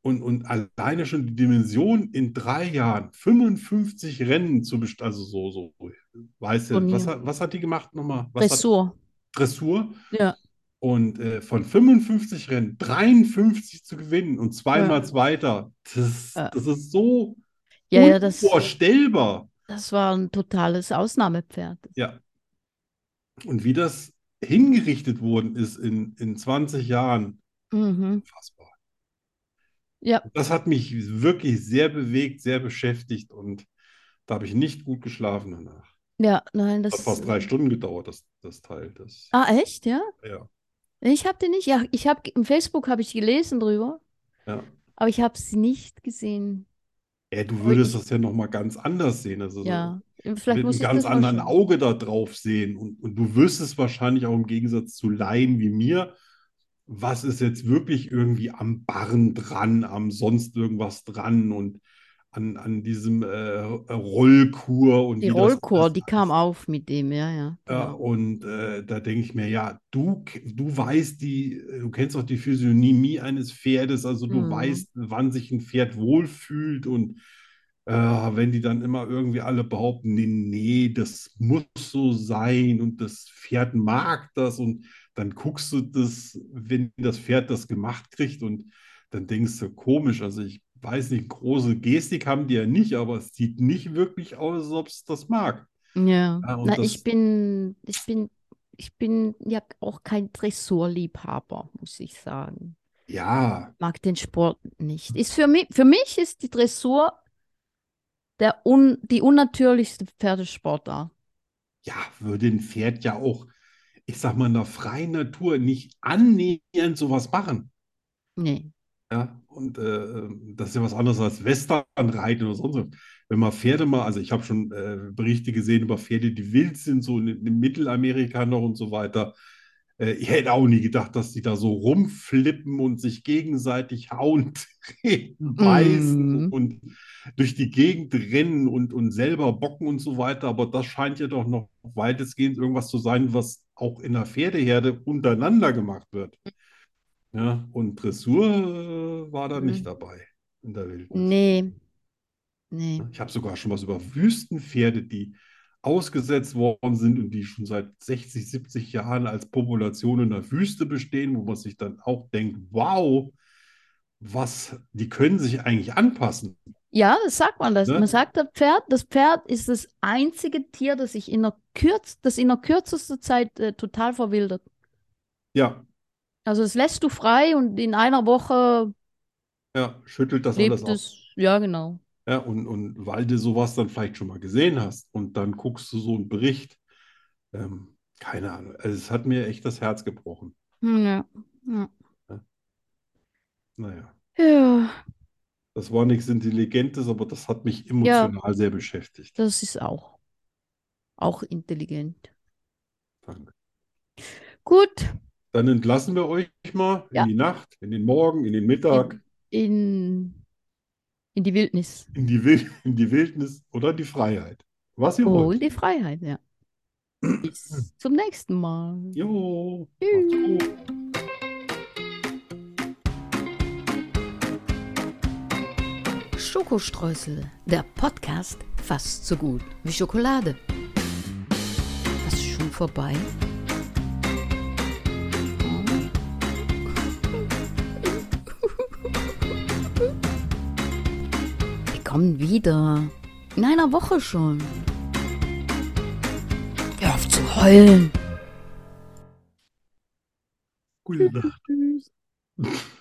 [SPEAKER 1] Und, und alleine schon die Dimension in drei Jahren, 55 Rennen zu bestreiten, also so, so, weißt du, was
[SPEAKER 2] Turnier.
[SPEAKER 1] hat, was hat die gemacht nochmal? Was hat
[SPEAKER 2] Dressur.
[SPEAKER 1] Dressur?
[SPEAKER 2] Ja,
[SPEAKER 1] Und äh, von 55 Rennen 53 zu gewinnen und zweimal Zweiter, das,
[SPEAKER 2] Ja.
[SPEAKER 1] das ist so
[SPEAKER 2] ja, ja, das,
[SPEAKER 1] unvorstellbar.
[SPEAKER 2] das war ein totales Ausnahmepferd.
[SPEAKER 1] Ja. Und wie das hingerichtet worden ist in, in 20 Jahren,
[SPEAKER 2] Mhm.
[SPEAKER 1] unfassbar.
[SPEAKER 2] Ja.
[SPEAKER 1] Das hat mich wirklich sehr bewegt, sehr beschäftigt und da habe ich nicht gut geschlafen danach.
[SPEAKER 2] Ja, nein,
[SPEAKER 1] Das
[SPEAKER 2] das.
[SPEAKER 1] hat fast drei Stunden gedauert, das, das Teil. Das,
[SPEAKER 2] Ah, echt? Ja?
[SPEAKER 1] ja,
[SPEAKER 2] Ich habe den nicht. Ja, ich habe im Facebook habe ich gelesen drüber,
[SPEAKER 1] ja.
[SPEAKER 2] aber ich habe sie nicht gesehen.
[SPEAKER 1] Ja, du
[SPEAKER 2] Aber
[SPEAKER 1] würdest
[SPEAKER 2] ich-
[SPEAKER 1] das ja nochmal ganz anders sehen. Also so-
[SPEAKER 2] Ja, vielleicht
[SPEAKER 1] mit
[SPEAKER 2] muss
[SPEAKER 1] einem
[SPEAKER 2] ich
[SPEAKER 1] ganz
[SPEAKER 2] das mal
[SPEAKER 1] anderen
[SPEAKER 2] schauen.
[SPEAKER 1] Auge da drauf sehen. Und, und du wüsstest wahrscheinlich auch im Gegensatz zu Laien wie mir, was ist jetzt wirklich irgendwie am Barren dran, am sonst irgendwas dran und an, an diesem äh, Rollkur und
[SPEAKER 2] Die
[SPEAKER 1] wie das
[SPEAKER 2] Rollkur,
[SPEAKER 1] alles
[SPEAKER 2] die
[SPEAKER 1] heißt.
[SPEAKER 2] kam auf mit dem, ja, ja.
[SPEAKER 1] Ja,
[SPEAKER 2] genau.
[SPEAKER 1] und äh, da denke ich mir, ja, du, k- du weißt die, äh, du kennst auch die Physiognomie eines Pferdes, also du
[SPEAKER 2] Mhm.
[SPEAKER 1] weißt, wann sich ein Pferd wohlfühlt und äh, wenn die dann immer irgendwie alle behaupten, nee, nee, das muss so sein und das Pferd mag das und dann guckst du das, wenn das Pferd das gemacht kriegt und dann denkst du, komisch, also ich weiß nicht, große Gestik haben die ja nicht, aber es sieht nicht wirklich aus, als ob es das mag.
[SPEAKER 2] Ja.
[SPEAKER 1] Ja, und
[SPEAKER 2] Mhm. Na,
[SPEAKER 1] das-
[SPEAKER 2] ich bin, ich bin, ich bin ja auch kein Dressurliebhaber, muss ich sagen.
[SPEAKER 1] Ja.
[SPEAKER 2] Mag den Sport nicht. Ist für mich, für mich ist die Dressur der un, die unnatürlichste Pferdesportart.
[SPEAKER 1] ja, würde ein Pferd ja auch, ich sag mal, in der freien Natur nicht annähernd sowas machen.
[SPEAKER 2] Nee.
[SPEAKER 1] Ja, und äh, das ist ja was anderes als Westernreiten oder sonst was. Wenn man Pferde mal, also ich habe schon äh, Berichte gesehen über Pferde, die wild sind, so in, in Mittelamerika noch und so weiter. Äh, ich hätte auch nie gedacht, dass die da so rumflippen und sich gegenseitig hauen, (laughs)
[SPEAKER 3] Mm.
[SPEAKER 1] treten, beißen
[SPEAKER 2] Mhm.
[SPEAKER 1] und durch die Gegend rennen und, und selber bocken und so weiter. Aber das scheint ja doch noch weitestgehend irgendwas zu sein, was auch in der Pferdeherde untereinander gemacht wird. Ja, und Dressur äh, war da
[SPEAKER 2] Mhm.
[SPEAKER 1] nicht dabei in der Wildnis.
[SPEAKER 2] Nee. Nee.
[SPEAKER 1] Ich habe sogar schon was über Wüstenpferde, die ausgesetzt worden sind und die schon seit 60, 70 Jahren als Population in der Wüste bestehen, wo man sich dann auch denkt, wow, was, die können sich eigentlich anpassen.
[SPEAKER 2] Ja, das sagt man das.
[SPEAKER 1] Ne?
[SPEAKER 2] Man sagt das Pferd, das Pferd ist das einzige Tier, das sich in der kürz, das in der kürzesten Zeit äh, total verwildert.
[SPEAKER 1] Ja,
[SPEAKER 2] Also es lässt du frei und in einer Woche
[SPEAKER 1] ja, schüttelt das alles
[SPEAKER 2] lebt
[SPEAKER 1] ab.
[SPEAKER 2] es. Ja, genau.
[SPEAKER 1] Ja, und, und weil du sowas dann vielleicht schon mal gesehen hast und dann guckst du so einen Bericht, ähm, keine Ahnung, also es hat mir echt das Herz gebrochen.
[SPEAKER 2] Hm, Ja. Ja.
[SPEAKER 1] Naja.
[SPEAKER 2] Ja,
[SPEAKER 1] Das war nichts Intelligentes, aber das hat mich emotional sehr beschäftigt.
[SPEAKER 2] das ist auch auch intelligent.
[SPEAKER 1] Danke.
[SPEAKER 2] Gut,
[SPEAKER 1] Dann entlassen wir euch mal in
[SPEAKER 2] Ja.
[SPEAKER 1] die Nacht, in den Morgen, in den Mittag,
[SPEAKER 2] in in die Wildnis.
[SPEAKER 1] in die Wild (laughs) in die Wildnis oder die Freiheit. Was ihr
[SPEAKER 2] Hol
[SPEAKER 1] wollt.
[SPEAKER 2] die Freiheit, (clears throat) ja. Bis zum nächsten Mal.
[SPEAKER 1] Jo, macht's gut.
[SPEAKER 3] Schokostreusel, der Podcast fast so gut wie Schokolade. Was ist schon vorbei? Wir kommen wieder. In einer Woche schon. Hör auf zu heulen.
[SPEAKER 1] Gute Nacht.
[SPEAKER 2] Tschüss.